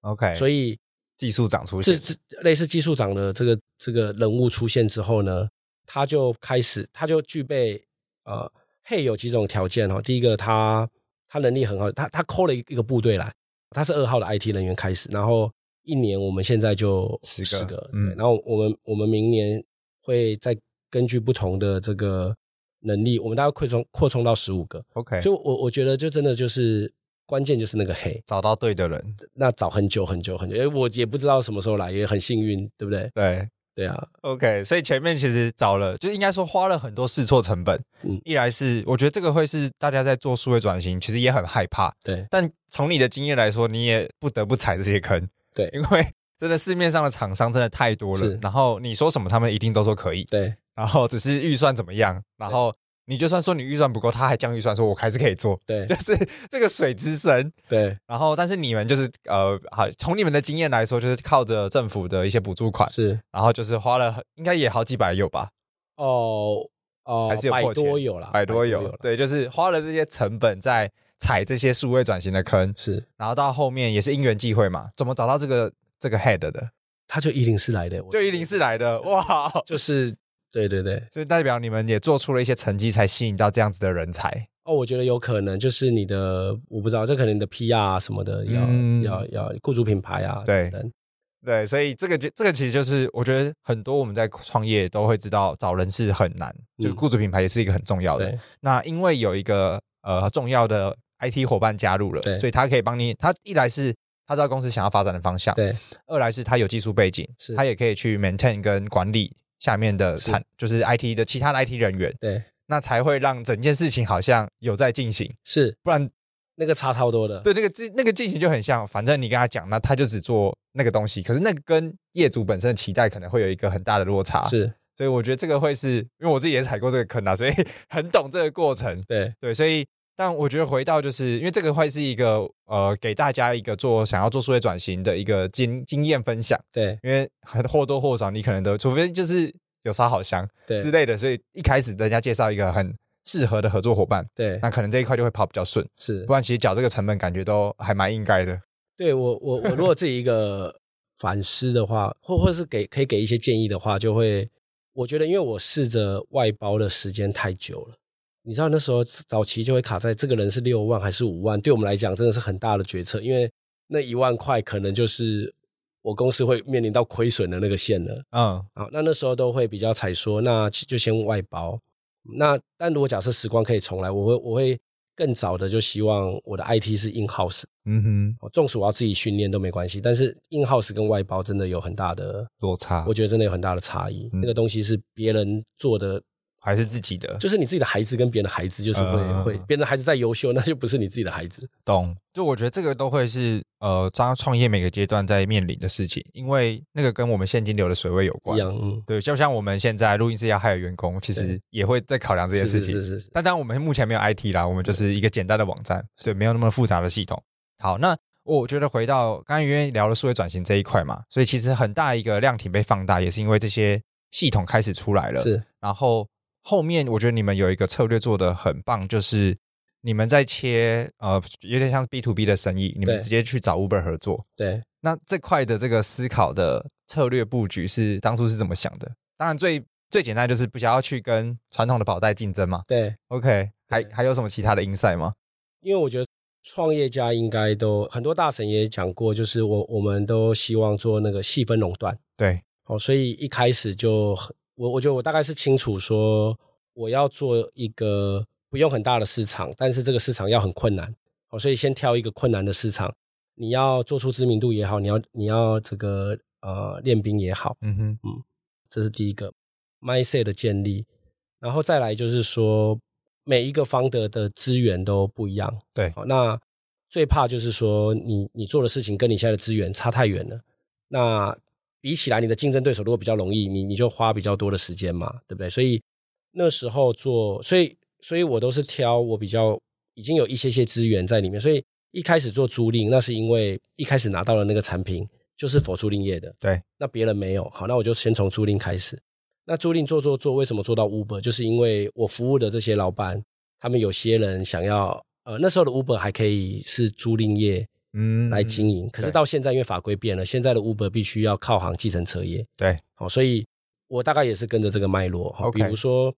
，OK，所以以技术长哎出这现，这类似技术长的这个这个人物出现之后呢，他就开始他就具备呃，嘿有几种条件哦。第一个他他能力很好，他他抠了一个部队来，他是二号的 IT 人员开始，然后一年我们现在就十个十个，嗯对，然后我们我们明年会再根据不同的这个能力，我们大概扩充扩充到十五个。 OK，所以我我觉得就真的就是关键就是那个黑。找到对的人，那找很久很久很久，因为我也不知道什么时候来，也很幸运，对不对？对。对啊， OK，所以前面其实找了，就应该说花了很多试错成本。嗯一来是我觉得这个会是大家在做数位转型，其实也很害怕，对但从你的经验来说，你也不得不踩这些 坑，对因为真的市面上的厂商真的太多了是，然后你说什么，他们一定都说可以，对然后只是预算怎么样，然后你就算说你预算不够，他还降预算，说我还是可以做，对就是这个水之深。对，然后，但是你们就是呃，好，从你们的经验来说，就是靠着政府的一些补助款，是然后就是花了很应该也好几百有吧，哦哦，还是有百破千多有啦，啊百多有，啦对，就是花了这些成本在踩这些数位转型的坑，是，然后到后面也是因缘际会嘛，怎么找到这个这个 head 的？他就一零四来的，我就一零四来的，哇！ 就是对对对，所以代表你们也做出了一些成绩，才吸引到这样子的人才。哦，我觉得有可能就是你的，我不知道，这可能你的 PR 啊什么的，要、嗯要要雇主品牌啊，对等等对，所以这个就这个其实就是我觉得很多我们在创业都会知道，找人是很难，就是雇主品牌也是一个很重要的。嗯对那因为有一个呃重要的 IT 伙伴加入了，对所以他可以帮你。他一来是他知道公司想要发展的方向，对二来是他有技术背景，是他也可以去 maintain 跟管理下面的是产，就是 IT 的其他的 IT 人员，对，那才会让整件事情好像有在进行，是不然那个差超多的，对那个进那个进行就很像，反正你跟他讲，那他就只做那个东西，可是那个跟业主本身的期待可能会有一个很大的落差，，是，所以我觉得这个会是因为我自己也踩过这个坑啊，所以 很懂这个过程，对对，所以。但我觉得回到就是因为这个会是一个呃，给大家一个做想要做数位转型的一个经经验分享。对因为很或多或少你可能都，除非就是有烧好香之对类的，所以一开始人家介绍一个很适合的合作伙伴，对，那可能这一块就会跑比较顺，是不。然其实缴这个成本感觉都还蛮应该的。对我我我如果自己一个反思的话，或或是给可以给一些建议的话，就会我觉得，因为我试着外包的时间太久了，你知道那时候早期就会卡在这个人是六万还是五万，对我们来讲真的是很大的决策，因为那一万块可能就是我公司会面临到亏损的那个线了。嗯，好，那那时候都会比较采说，那就就先外包。那但如果假设时光可以重来，我会我会更早的就希望我的 IT 是 in house 嗯哼，哦，中暑我要自己训练都没关系，但是 in house 跟外包真的有很大的，落差我觉得真的有很大的差异。啊嗯那个东西是别人做的，还是自己的就是你自己的孩子跟别人的孩子，就是会、嗯会，别人的孩子再优秀，那就不是你自己的孩子。懂，就我觉得这个都会是呃，当创业每个阶段在面临的事情，因为那个跟我们现金流的水位有一关。样，嗯，对，就像我们现在录音室要还有员工，其实对也会在考量这件是事是情。是是是，但当然我们目前没有 IT 啦，我们就是一个简单的网站，所以没有那么复杂的系统。好，那我觉得回到刚刚因为聊了数位转型这一块嘛，所以其实很大一个量体被放大，也是因为这些系统开始出来了。是然后后面我觉得你们有一个策略做的很棒，就是你们在切呃有点像 B to B 的生意，你们对直接去找 Uber 合作。对。那这块的这个思考的策略布局是当初是怎么想的？当然最最简单就是不想要去跟传统的保代竞争嘛，对， OK，还对还有什么其他的 insight 吗？因为我觉得创业家应该都很多大神也讲过，就是我我们都希望做那个细分垄断，对，哦，所以一开始就很我我觉得我大概是清楚说我要做一个不用很大的市场，但是这个市场要很困难，哦，所以先挑一个困难的市场，你要做出知名度也好，你要你要这个呃练兵也好，嗯哼，这是第一个 mindset 的建立，然后再来就是说每一个方的的资源都不一样，对好那最怕就是说你你做的事情跟你现在的资源差太远了，那比起来你的竞争对手如果比较容易，你你就花比较多的时间嘛，对不对？所以那时候做，所以所以我都是挑我比较已经有一些些资源在里面，所以一开始做租赁，那是因为一开始拿到了那个产品就是否租赁业的，对，那别人没有，好，那我就先从租赁开始。那租赁做做做，为什么做到 Uber？就是因为我服务的这些老板，他们有些人想要，呃，那时候的 Uber 还可以是租赁业嗯，来经营，可是对到现在因为法规变了，现在的 Uber 必须要靠行计程车业，对，好、所以我大概也是跟着这个脉络，好、 OK 比如说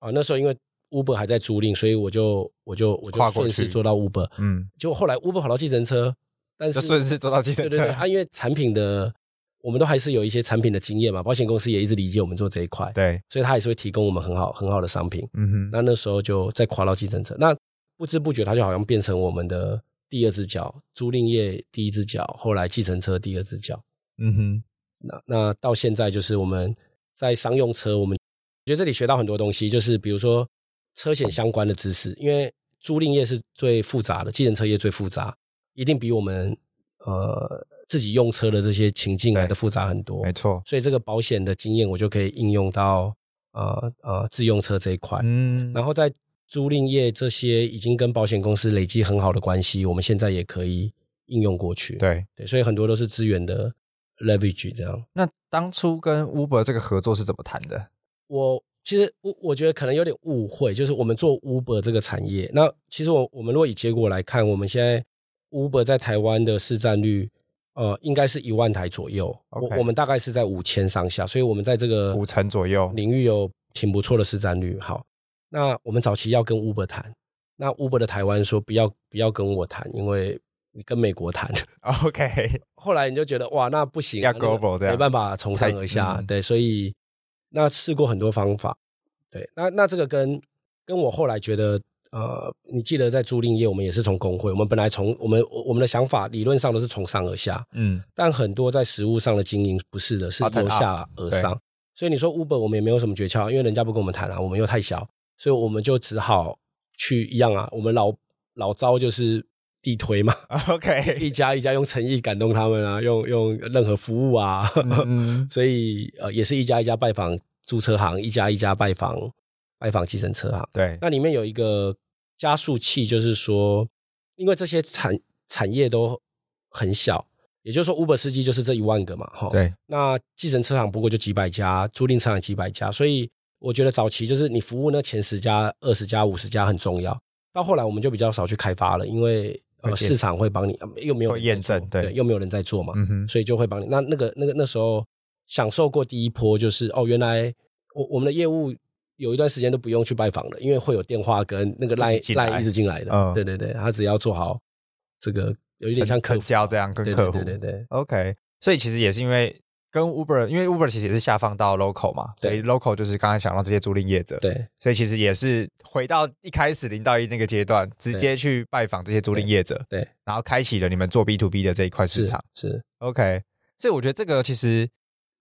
啊、那时候因为 Uber 还在租赁，所以我就我就我跨就过顺势去做到 Uber，嗯，结果后来 Uber 跑到计程车，但就是顺势做到计程对车，对对，啊，因为产品的我们都还是有一些产品的经验嘛，保险公司也一直理解我们做这一块，对所以他也是会提供我们很好很好的商品。嗯哼，那那时候就再跨到计程车，那不知不觉它就好像变成我们的第二只脚，租赁业第一只脚，后来计程车第二只脚。嗯哼，那那到现在就是我们在商用车，我们我觉得这里学到很多东西，就是比如说车险相关的知识，因为租赁业是最复杂的，计程车业最复杂，一定比我们呃自己用车的这些情境来的复杂很多没。错，所以这个保险的经验，我就可以应用到呃呃自用车这一块。嗯，然后在租赁业这些已经跟保险公司累积很好的关系，我们现在也可以应用过去。对，对，所以很多都是资源的 leverage 这样。那当初跟 Uber 这个合作是怎么谈的？我其实我我觉得可能有点误会，就是我们做 Uber 这个产业，那其实我我们如果以结果来看，我们现在 Uber 在台湾的市占率，呃，应该是一万台左右 OK 我我们大概是在五千上下，所以我们在这个五成左右领域有挺不错的市占率。好，那我们早期要跟 Uber 谈，那 Uber 的台湾说不要不要跟我谈，因为你跟美国谈。 OK，后来你就觉得哇，那不行，啊要那个 global 这样没办法从上而太下，嗯对，所以那试过很多方法，对，那那这个跟跟我后来觉得，呃，你记得在租赁业，我们也是从工会，我们本来从我们我我们的想法理论上都是从上而下，嗯，但很多在实物上的经营不是的，是 Bottom up，由下而上，所以你说 Uber 我们也没有什么诀窍，因为人家不跟我们谈啊，我们又太小，所以我们就只好去一样啊，我们老老招就是地推嘛。嗯 OK， 一家一家用诚意感动他们啊，用用任何服务啊，嗯 所以呃也是一家一家拜访租车行，一家一家拜访拜访计程车行。对，那里面有一个加速器，就是说，因为这些产产业都很小，也就是说，Uber 司机就是这一万个嘛，哈。对，那计程车行不过就几百家，租赁车行也几百家，所以我觉得早期就是你服务那前十家、二十家、五十家很重要。到后来我们就比较少去开发了，因为会呃解市场会帮你，呃又没有会人验在做证对又没有人在做嘛，嗯哼，所以就会帮你。那那个那个那时候享受过第一波，就是哦，原来我我们的业务有一段时间都不用去拜访了，因为会有电话跟那个自己赖进来赖一直进来的，嗯对对对，他只要做好这个有一点像客成服交这样跟对客户，对对对对 OK，所以其实也是因为跟 Uber，因为 Uber 其实也是下放到 local 嘛，所对以 local 就是刚才讲到这些租赁业者，对所以其实也是回到一开始零到一那个阶段，直接去拜访这些租赁业者，对对然后开启了你们做 B to B 的这一块市是场。是 OK，所以我觉得这个其实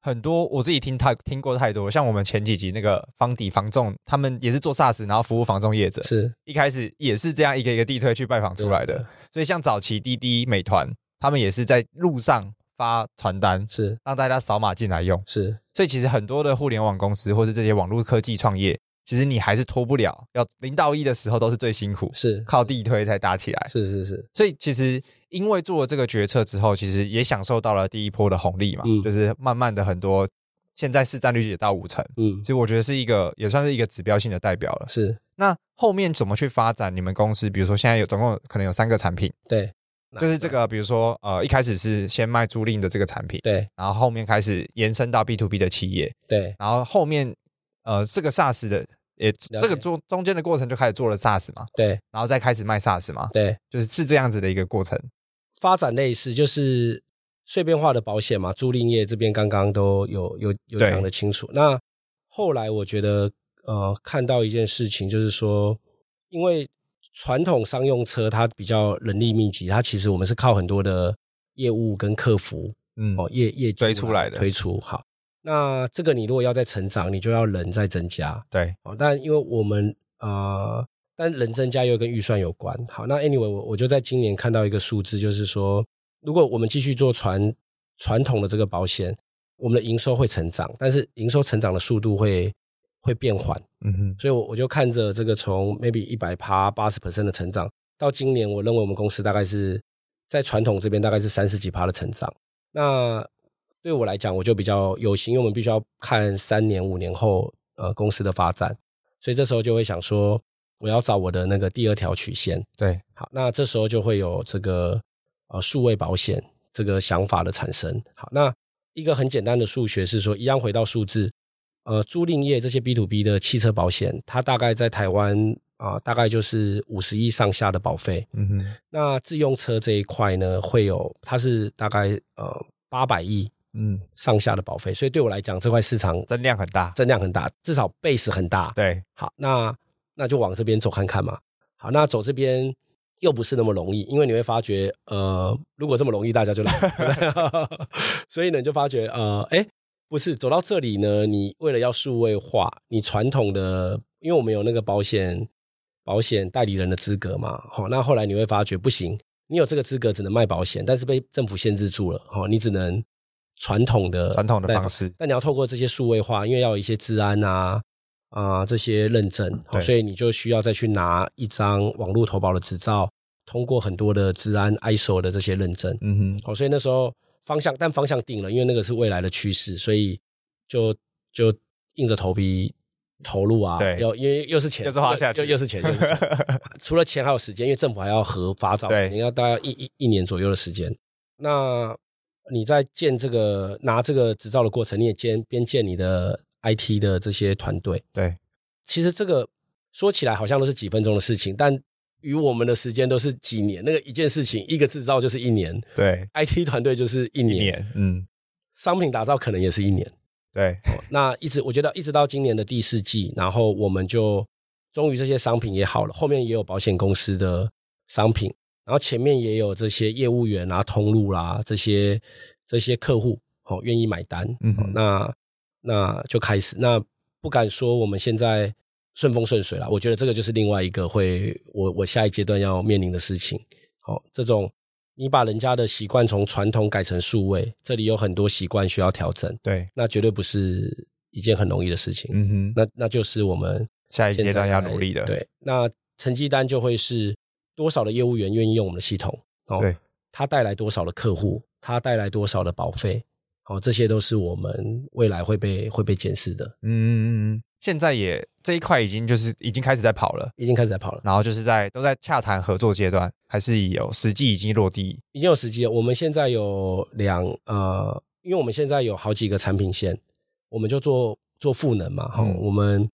很多我自己听太听过太多了，像我们前几集那个房底房仲，他们也是做 SaaS，然后服务房仲业者，是一开始也是这样一个一个地推去拜访出来的。所以像早期滴滴、美团，他们也是在路上发传单，是让大家扫码进来用。是所以其实很多的互联网公司或是这些网络科技创业，其实你还是脱不了，要零到一的时候都是最辛苦，是靠地推才打起来。是是是，所以其实因为做了这个决策之后，其实也享受到了第一波的红利嘛，嗯就是慢慢的很多现在市占率也到五成，嗯其，实我觉得是一个也算是一个指标性的代表了。是那后面怎么去发展你们公司？比如说现在有总共可能有三个产品，对，就是这个，比如说呃，一开始是先卖租赁的这个产品，对然后后面开始延伸到 B to B 的企业，对然后后面呃这个 SaaS 的也了解这个中中间的过程就开始做了 SaaS 嘛，对然后再开始卖 SaaS 嘛，对，就是是这样子的一个过程。发展类似，就是碎片化的保险嘛，租赁业这边刚刚都有有有对讲的清楚。那后来我觉得呃，看到一件事情，就是说，因为传统商用车它比较人力密集，它其实我们是靠很多的业务跟客服嗯，哦业业推主出来的推出好。那这个你如果要再成长，你就要人再增加，对，哦，但因为我们呃，但人增加又跟预算有关。好，那 anyway，我我就在今年看到一个数字，就是说，如果我们继续做传传统的这个保险，我们的营收会成长，但是营收成长的速度会会变缓。嗯哼，所以我我就看着这个从 maybe 一百趴八十 percent 的成长，到今年我认为我们公司大概是在传统这边大概是三十几趴的成长。那对我来讲，我就比较有心，因为我们必须要看三年五年后呃公司的发展，所以这时候就会想说，我要找我的那个第二条曲线。对，好，那这时候就会有这个呃数位保险这个想法的产生。好，那一个很简单的数学是说，一样回到数字，呃，租赁业这些 B to B 的汽车保险，它大概在台湾啊、大概就是五十亿上下的保费。嗯哼，那自用车这一块呢，会有它是大概呃八百亿嗯，上下的保费，所以对我来讲，这块市场增量很大，增量很大，至少 base 很大。对，好，那那就往这边走看看嘛。好，那走这边又不是那么容易，因为你会发觉，呃，如果这么容易，大家就来 了，所以呢，你就发觉，呃，哎，不是走到这里呢，你为了要数位化，你传统的，因为我们有那个保险保险代理人的资格嘛，好、那后来你会发觉不行，你有这个资格只能卖保险，但是被政府限制住了，好、你只能传统的传统的代方式，但你要透过这些数位化，因为要有一些治安啊啊、这些认证、哦对所以你就需要再去拿一张网络投保的执照，通过很多的治安 ISO 的这些认证。嗯哼，哦，所以那时候方向，但方向定了，因为那个是未来的趋势，所以就就硬着头皮投入啊。对又因为又是钱，又是花下去又又是钱，又是钱。除了钱还有时间，因为政府还要核发照，对你要大概一一一年左右的时间。那你在建这个拿这个执照的过程，你也兼边建你的 IT 的这些团队。 对，其实这个说起来好像都是几分钟的事情，但与我们的时间都是几年。那个一件事情，一个制造就是一年对， ，IT 团队就是一年，一年，嗯，商品打造可能也是一年。对，那一直我觉得一直到今年的第四季，然后我们就终于这些商品也好了，后面也有保险公司的商品，然后前面也有这些业务员啊、通路啦、这些这些客户哦愿意买单，嗯哦哼那那就开始，那不敢说我们现在顺风顺水啦，我觉得这个就是另外一个会我我下一阶段要面临的事情。好、这种你把人家的习惯从传统改成数位，这里有很多习惯需要调整。对，那绝对不是一件很容易的事情。嗯哼，那那就是我们下一阶段要现在来努力的，，对，那成绩单就会是多少的业务员愿意用我们的系统，哦对，它带来多少的客户，它带来多少的保费，哦，这些都是我们未来会被会被检视的。嗯嗯嗯，现在也这一块已经就是已经开始在跑了。已经开始在跑了，然后就是在都在洽谈合作阶段，还是有实际已经落地，已经有时机了。我们现在有两呃，因为我们现在有好几个产品线，我们就做做赋能嘛，哈、嗯我们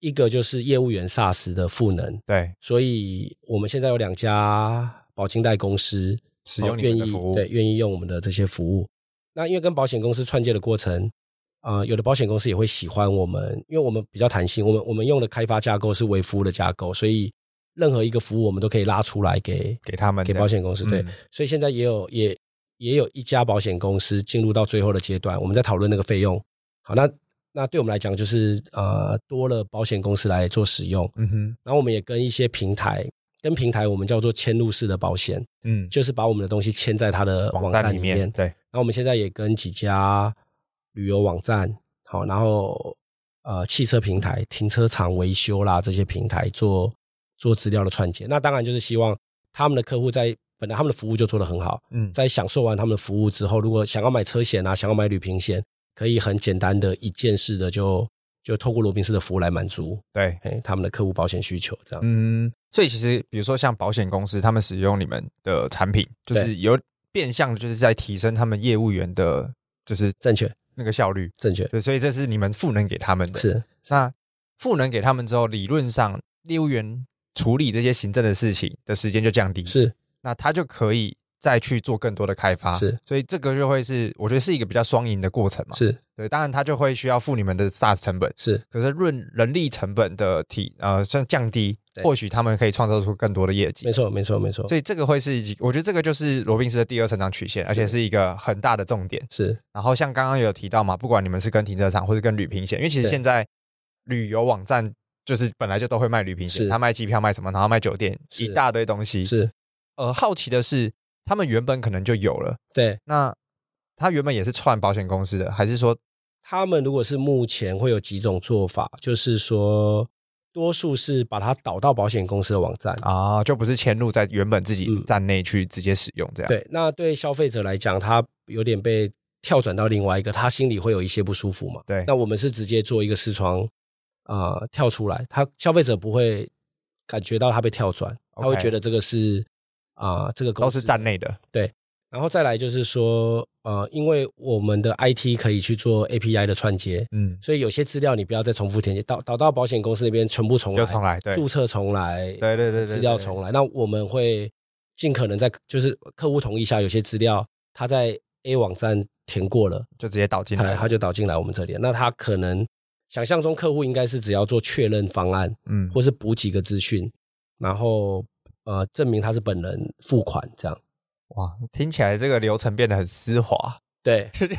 一个就是业务员 SaaS 的赋能，对，所以我们现在有两家保金贷公司使用哦你愿们的意服务，对，愿意用我们的这些服务。那因为跟保险公司串接的过程，啊，有的保险公司也会喜欢我们，因为我们比较弹性，我们我们用的开发架构是微服务的架构，所以任何一个服务我们都可以拉出来给给他们给的保险公司。对，嗯所以现在也有也也有一家保险公司进入到最后的阶段，我们在讨论那个费用。好，那那对我们来讲就是呃多了保险公司来做使用，嗯哼，然后我们也跟一些平台，跟平台我们叫做嵌入式的保险，嗯，就是把我们的东西嵌在它的网网站站里里面。面，对，然后我们现在也跟几家旅游网站，好，然后呃汽车平台、停车场维修啦这些平台做做资料的串接。那当然就是希望他们的客户在本来他们的服务就做得很好，嗯，在享受完他们的服务之后，如果想要买车险啊，想要买旅平险，可以很简单的一件事的就就透过罗宾斯的服务来满足对，哎他们的客户保险需求，这样。嗯，所以其实比如说像保险公司，他们使用你们的产品，就是对有变相的就是在提升他们业务员的，就是正确，那个效率，正确对，所以这是你们赋能给他们的，是那赋能给他们之后，理论上业务员处理这些行政的事情的时间就降低，是那他就可以再去做更多的开发。是，所以这个就会是我觉得是一个比较双赢的过程嘛。是对，当然它就会需要付你们的 SaaS 成本，是可是论人力成本的提呃，像降低，对或许他们可以创造出更多的业绩没。错没错没错，所以这个会是一，我觉得这个就是罗宾斯的第二成长曲线，而且是一个很大的重点。是然后像刚刚有提到嘛，不管你们是跟停车场或是跟旅平险，因为其实对现在旅游网站就是本来就都会卖旅平险，是他卖机票卖什么，然后卖酒店，是一大堆东西。是，呃，好奇的是，他们原本可能就有了，对那他原本也是串保险公司的，还是说他们如果是目前会有几种做法，就是说多数是把它导到保险公司的网站。啊，就不是迁入在原本自己嗯站内去直接使用这样？对，那对消费者来讲，他有点被跳转到另外一个，他心里会有一些不舒服嘛。对那我们是直接做一个视窗啊、呃跳出来，他消费者不会感觉到他被跳转，他会 OK 觉得这个是啊、这个公都司是站内的然后再来就是说，呃，因为我们的 IT 可以去做 API 的串接，嗯，所以有些资料你不要再重复填写，导导到保险公司那边全部重来，就重来，对，注册重来，对对对对，对资料重来。那我们会尽可能在就是客户同意下，有些资料他在 A 网站填过了，就直接导进他来，他就导进来我们这里了。那他可能想象中客户应该是只要做确认方案，嗯，或是补几个资讯，然后呃证明他是本人付款这样。哇，听起来这个流程变得很丝滑， 对，就是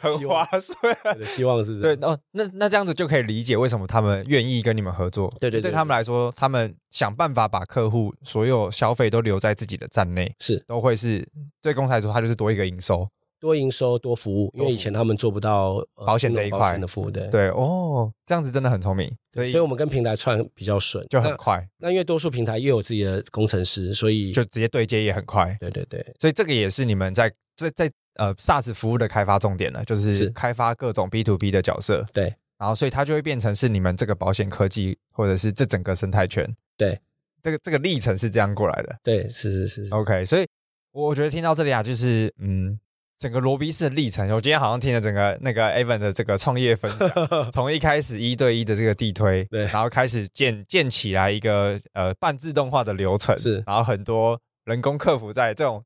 很划算。我的希望是这对样，哦，那那这样子就可以理解为什么他们愿意跟你们合作。对对对对他们来说，他们想办法把客户所有消费都留在自己的站内，是都会是对公司来说，它就是多一个营收。多营收多服务，因多服为务以前他们做不到、呃保险这一金融块保险的服务，对。对哦，这样子真的很聪明，所所以以，我们呃跟平台串比较顺，就很那快，那因为多数平台又有自己的工程师，所以就直接对接也很快。对对对，所以这个也是你们在在在呃 SaaS 服务的开发重点了，就是是开发各种 B to B 的角色。对，然后所以它就会变成是你们这个保险科技或者是这整个生态圈。对，这个这个历程是这样过来的。对，是是是是， OK，所以我觉得听到这里啊，就是嗯。整个罗宾斯的历程，我今天好像听了整个那个 Evan 的这个创业分享，从一开始一对一的这个地推，对然后开始建建起来一个呃半自动化的流程， 是然后很多人工客服在这种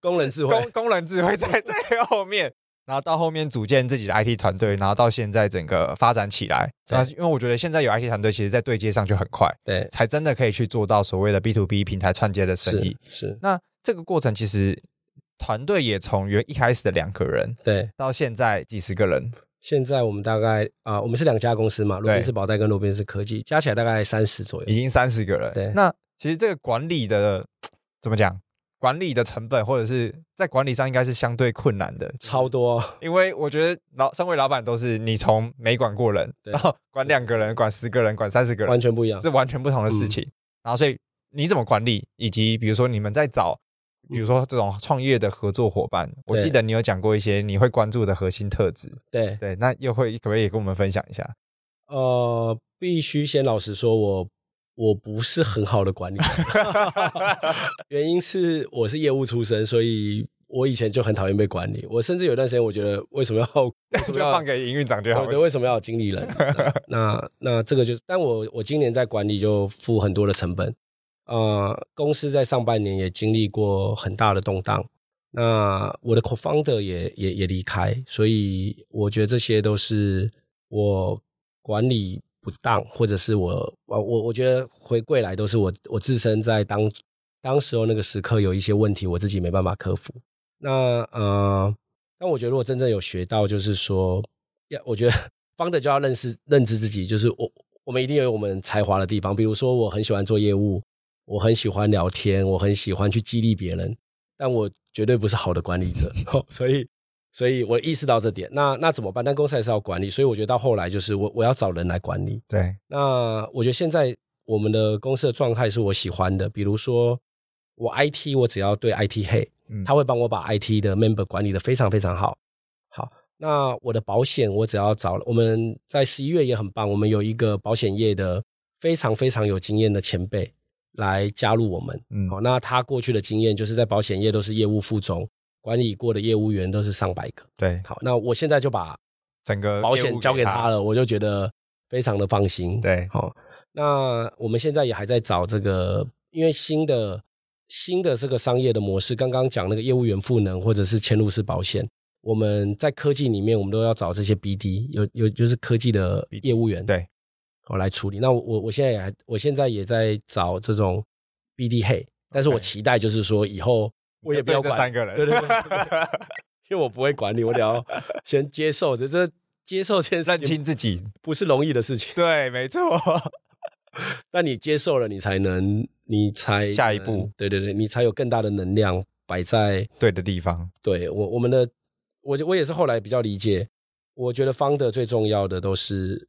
工人智慧 工工人智慧在 在后面，然后到后面组建自己的 IT 团队，然后到现在整个发展起来，对那因为我觉得现在有 IT 团队，其实在对接上就很快，对才真的可以去做到所谓的 B to B 平台串接的生是意。是，那这个过程其实团队也从原一开始的两个人。对。到现在几十个人，现在我们大概啊、我们是两家公司嘛，罗宾斯保代跟罗宾斯科技，加起来大概三十左右。已经三十个人。对那其实这个管理的怎么讲？管理的成本或者是在管理上应该是相对困难的，超多，因为我觉得老身为老板都是你从没管过人，对然后管两个人、管十个人、管三十个人完，嗯全不一样是。完全不同的事情。然后所以你怎么管理，以及比如说你们在找，比如说这种创业的合作伙伴，我对记得你有讲过一些你会关注的核心特质，对，对，那又会可不可以也跟我们分享一下？ 呃，必须先老实说我，我不是很好的管理，原因是我是业务出身，所以我以前就很讨厌被管理。我甚至有段时间，我觉得为什么要为什 就么要放给营运长就好对，对，。为什么要有经 理人？那那这个就是，但我我今年在管理就付很多的成本。呃，公司在上半年也经历过很大的动荡，那我的 co-founder 也也也离开，所以我觉得这些都是我管理不当，或者是我我我我觉得回归来都是我我自身在当当时候那个时刻有一些问题，我自己没办法克服。那呃，但我觉得如果真正有学到，就是说，要我觉得方的就要认识认知自己，就是我我们一定有我们才华的地方，比如说我很喜欢做业务，我很喜欢聊天，我很喜欢去激励别人，但我绝对不是好的管理者， 哦所以。所以我意识到这点，那那怎么办？但公司还是要管理，所以我觉得到后来就是我我要找人来管理，对，那我觉得现在我们的公司的状态是我喜欢的，比如说我 IT，我只要对 IT 嘿，嗯他会帮我把 IT 的 member 管理的非常非常好。好，那我的保险我只要找了，我们在十一月也很棒，我们有一个保险业的非常非常有经验的前辈来加入我们。嗯好，那他过去的经验就是在保险业都是业务副总，管理过的业务员都是上百个。对，好，那我现在就把整个保业务险交给他了，我就觉得非常的放心。对好、那我们现在也还在找这个，因为新的新的这个商业的模式，刚刚讲那个业务员赋能或者是嵌入式保险，我们在科技里面，我们都要找这些 BD，有有就是科技的业务员，对，我来处理。那我我我现在也还，我现在也在找这种 BD 嘿，但是我 OK 期待就是说以后我也不要对这管三个人，对对对对对因为我不会管你，我得要先接受这这接受这件 认事情清自己，不是容易的事情。对，没错， 但你接受了，你才能，你才下一步，对对对，你才有更大的能量摆在对的地方，对我我们的，我我也是后来比较理解，我觉得方的最重要的都是，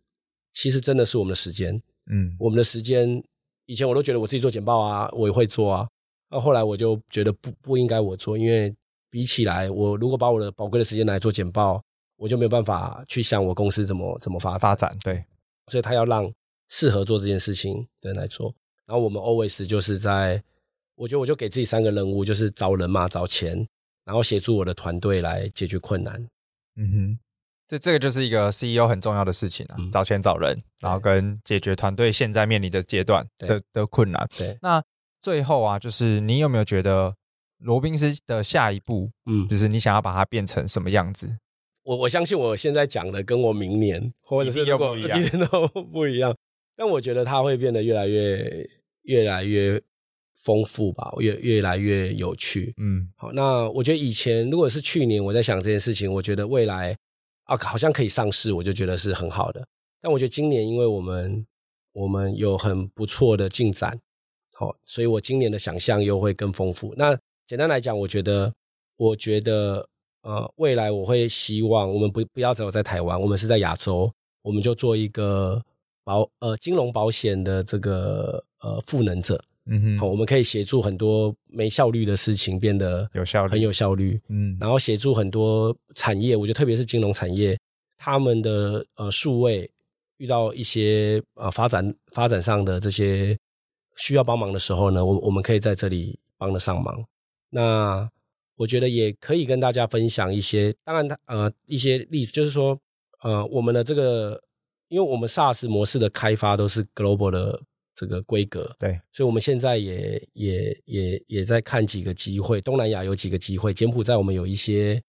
其实真的是我们的时间，嗯，我们的时间，以前我都觉得我自己做简报啊，我也会做啊，那后来我就觉得不不应该我做，因为比起来，我如果把我的宝贵的时间拿来做简报，我就没有办法去想我公司怎么怎么发展。发展，对，所以他要让适合做这件事情的人来做。然后我们 always 就是在，我觉得我就给自己三个任务，就是找人嘛，找钱，然后协助我的团队来解决困难。嗯哼，这这个就是一个 CEO 很重要的事情啊，嗯找钱找人，然后跟解决团队现在面临的阶段对的的困难。对，那最后啊，就是你有没有觉得罗宾斯的下一步，嗯，就是你想要把它变成什么样子？我我相信我现在讲的跟我明年 或者是一定如又果不一 样一定都不一样，但我觉得它会变得越来越越来越丰富吧，越越来越有趣。嗯好，那我觉得以前如果是去年我在想这件事情，我觉得未来啊好像可以上市，我就觉得是很好的。但我觉得今年因为我们我们有很不错的进展，好、所以我今年的想象又会更丰富。那简单来讲，我觉得我觉得呃，未来我会希望我们不不要只有在台湾，我们是在亚洲，我们就做一个保呃金融保险的这个呃赋能者，嗯好、哼，我们可以协助很多没效率的事情变得有效率，很有效率，嗯，然后协助很多产业，我觉得特别是金融产业，他们的呃数位遇到一些呃发展发展上的这些需要帮忙的时候呢，我我们可以在这里帮得上忙。那我觉得也可以跟大家分享一些，当然它呃一些例子，就是说呃我们的这个，因为我们 SaaS 模式的开发都是 global 的这个规格，对，所以我们现在也也也也在看几个机会，东南亚有几个机会，柬埔寨我们有一些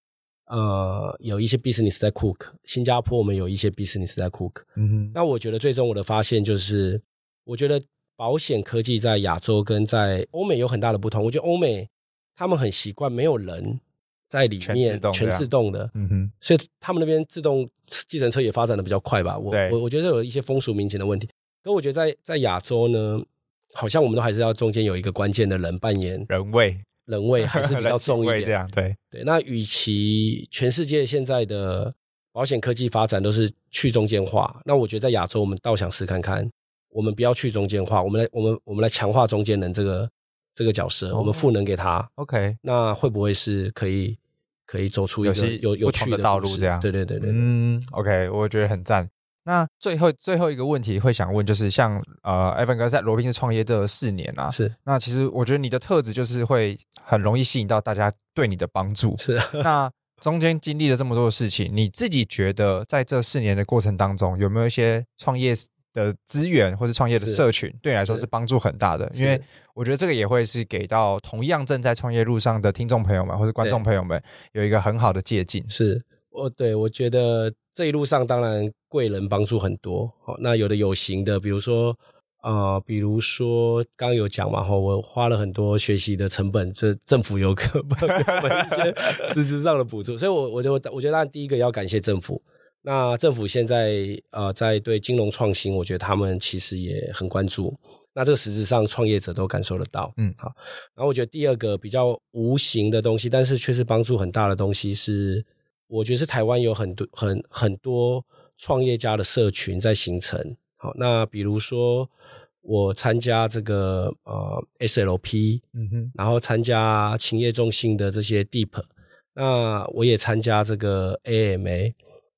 呃有一些 business 在 cook，新加坡我们有一些 business 在 cook。嗯哼，那我觉得最终我的发现就是，我觉得保险科技在亚洲跟在欧美有很大的不同。我觉得欧美他们很习惯没有人在里全面自动全对啊自动的，嗯哼，所以他们那边自动计程车也发展的比较快吧。我对我我觉得有一些风俗民情的问题，可我觉得在在亚洲呢，好像我们都还是要中间有一个关键的人扮演人味人位，还是比较人重情味一这点。样对，对，那与其全世界现在的保险科技发展都是去中间化，那我觉得在亚洲我们倒想试看看，我们不要去中间化，我们来我们我们来强化中间人这个这个角色，哦我们赋能给他， OK，那会不会是可以可以走出一有个些有有不同趣的道故路事这样对对对对对。嗯，OK，我觉得很赞。那最后最后一个问题会想问，就是像呃，艾文哥在罗宾斯创业这四年啊，是那其实我觉得你的特质就是会很容易吸引到大家对你的帮助。是，啊 那中间经历了这么多的事情，你自己觉得在这四年的过程当中，有没有一些创业的资源或是创业的是社群，对你来说是是帮助很大的？是因为我觉得这个也会是给到同样正在创业路上的听众朋友们或是观众对朋友们有一个很好的借鉴。是我对我觉得这一路上当然贵人帮助很多，好、那有的有形的，比如说呃，比如说刚刚有讲嘛，哈、我花了很多学习的成本，这政府有给给我们 一些实质上的补助，所以我我就我觉得当然第一个要感谢政府。那政府现在呃，在对金融创新，我觉得他们其实也很关注。那这个实质上创业者都感受得到，嗯好。然后我觉得第二个比较无形的东西，但是却是帮助很大的东西是，我觉得是台湾有很多很很多创业家的社群在形成。好，那比如说我参加这个呃 SLP，嗯哼，然后参加勤业中心的这些 Deep，那我也参加这个 AMA。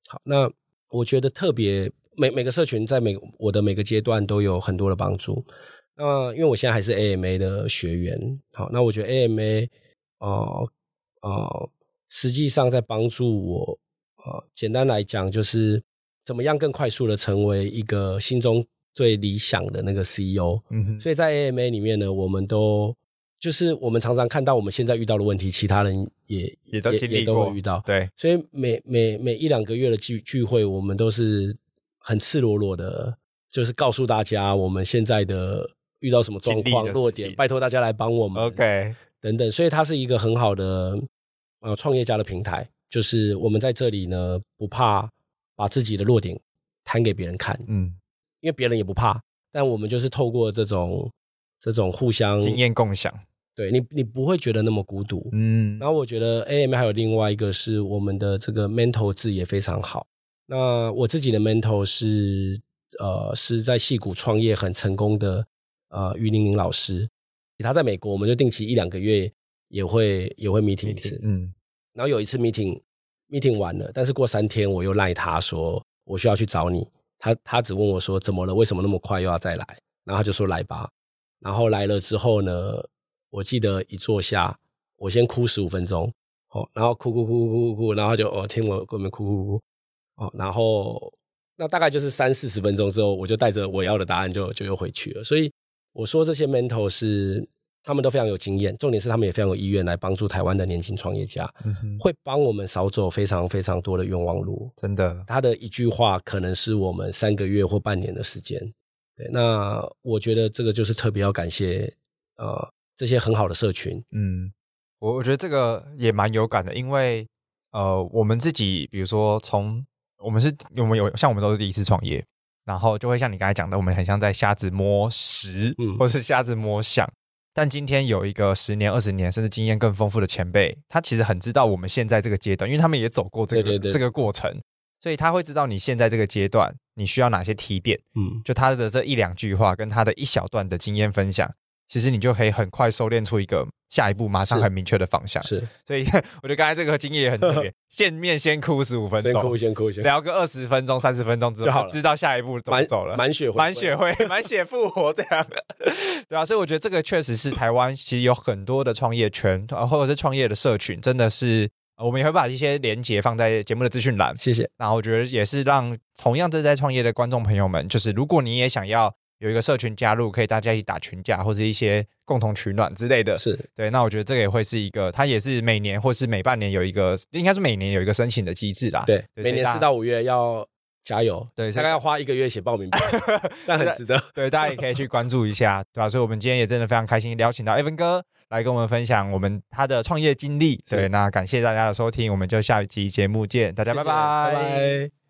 好，那我觉得特别每每个社群在每我的每个阶段都有很多的帮助。那因为我现在还是 AMA 的学员，好，那我觉得 AMA 哦、呃、呃，实际上在帮助我呃，简单来讲就是怎么样更快速的成为一个心中最理想的那个 E CEO。嗯哼，所以在 AMA 里面呢，我们都就是我们常常看到我们现在遇到的问题，其他人也也都经历也都过会遇到。对，所以每每每一两个月的聚聚会，我们都是很赤裸裸的，就是告诉大家我们现在的遇到什么状经历况、的事弱点，情拜托大家来帮我们 OK，等等。所以它是一个很好的呃创业家的平台，就是我们在这里呢不怕把自己的弱点摊给别人看，嗯，因为别人也不怕，但我们就是透过这种这种互相经，验共享，对你你不会觉得那么孤独，嗯然后我觉得 A M 还有另外一个是我们的这个 mentor 字也非常好。那我自己的 mentor 是呃是在戏谷创业很成功的呃于玲玲老师，他在美国，我们就定期一两个月也会也会 meeting 一次。嗯，然后有一次 meeting meeting 完了，但是过三天我又赖他说我需要去找你，他他只问我说怎么了，为什么那么快又要再来？然后他就说来吧，然后来了之后呢，我记得一坐下，我先哭十五分钟，哦，然后哭哭哭哭哭哭，然后他就哦听我跟我们哭哭哭，哦，然后那大概就是三四十分钟之后，我就带着我要的答案就就又回去了。所以我说这些 mentor 是他们都非常有经验，重点是他们也非常有意愿来帮助台湾的年轻创业家。嗯哼会帮我们少走非常非常多的冤枉路。真的，他的一句话可能是我们三个月或半年的时间。对，那我觉得这个就是特别要感谢呃这些很好的社群。嗯，我我觉得这个也蛮有感的，因为呃，我们自己比如说从我们是我们有像我们都是第一次创业，然后就会像你刚才讲的，我们很像在瞎子摸石，嗯或是瞎子摸象。但今天有一个十年、二十年，甚至经验更丰富的前辈，他其实很知道我们现在这个阶段，因为他们也走过这个对对对这个过程，所以他会知道你现在这个阶段你需要哪些提点。嗯，就他的这一两句话跟他的一小段的经验分享，其实你就可以很快收敛出一个下一步马上是很明确的方向。是，所以 我觉得刚才这个经验也很特别， 见面先哭十五分先哭钟，先哭先哭，聊个二十分钟、三十分钟之就后好，了知道下一步怎么满走了。满血回 满归血会满血复活这样， 对啊，所以我觉得这个确实是台湾其实有很多的创业圈，呃或者是创业的社群，真的是呃我们也会把一些连接放在节目的资讯栏，谢谢。然后我觉得也是让同样正在创业的观众朋友们，就是如果你也想要有一个社群加入，可以大家一起打群架或者一些共同取暖之类的，是对，那我觉得这个也会是一个，它也是每年或是每半年有一个，应该是每年有一个申请的机制啦。对，对每年所啊以大四到五月要加油，对所大以概要花一个月写报名 表，但很值得。对，大家也可以去关注一下，对吧、所以我们今天也真的非常开心，邀请到 Evan 哥来跟我们分享我们他的创业经历。是对，那感谢大家的收听，我们就下一期节目见，大 家谢谢拜拜拜。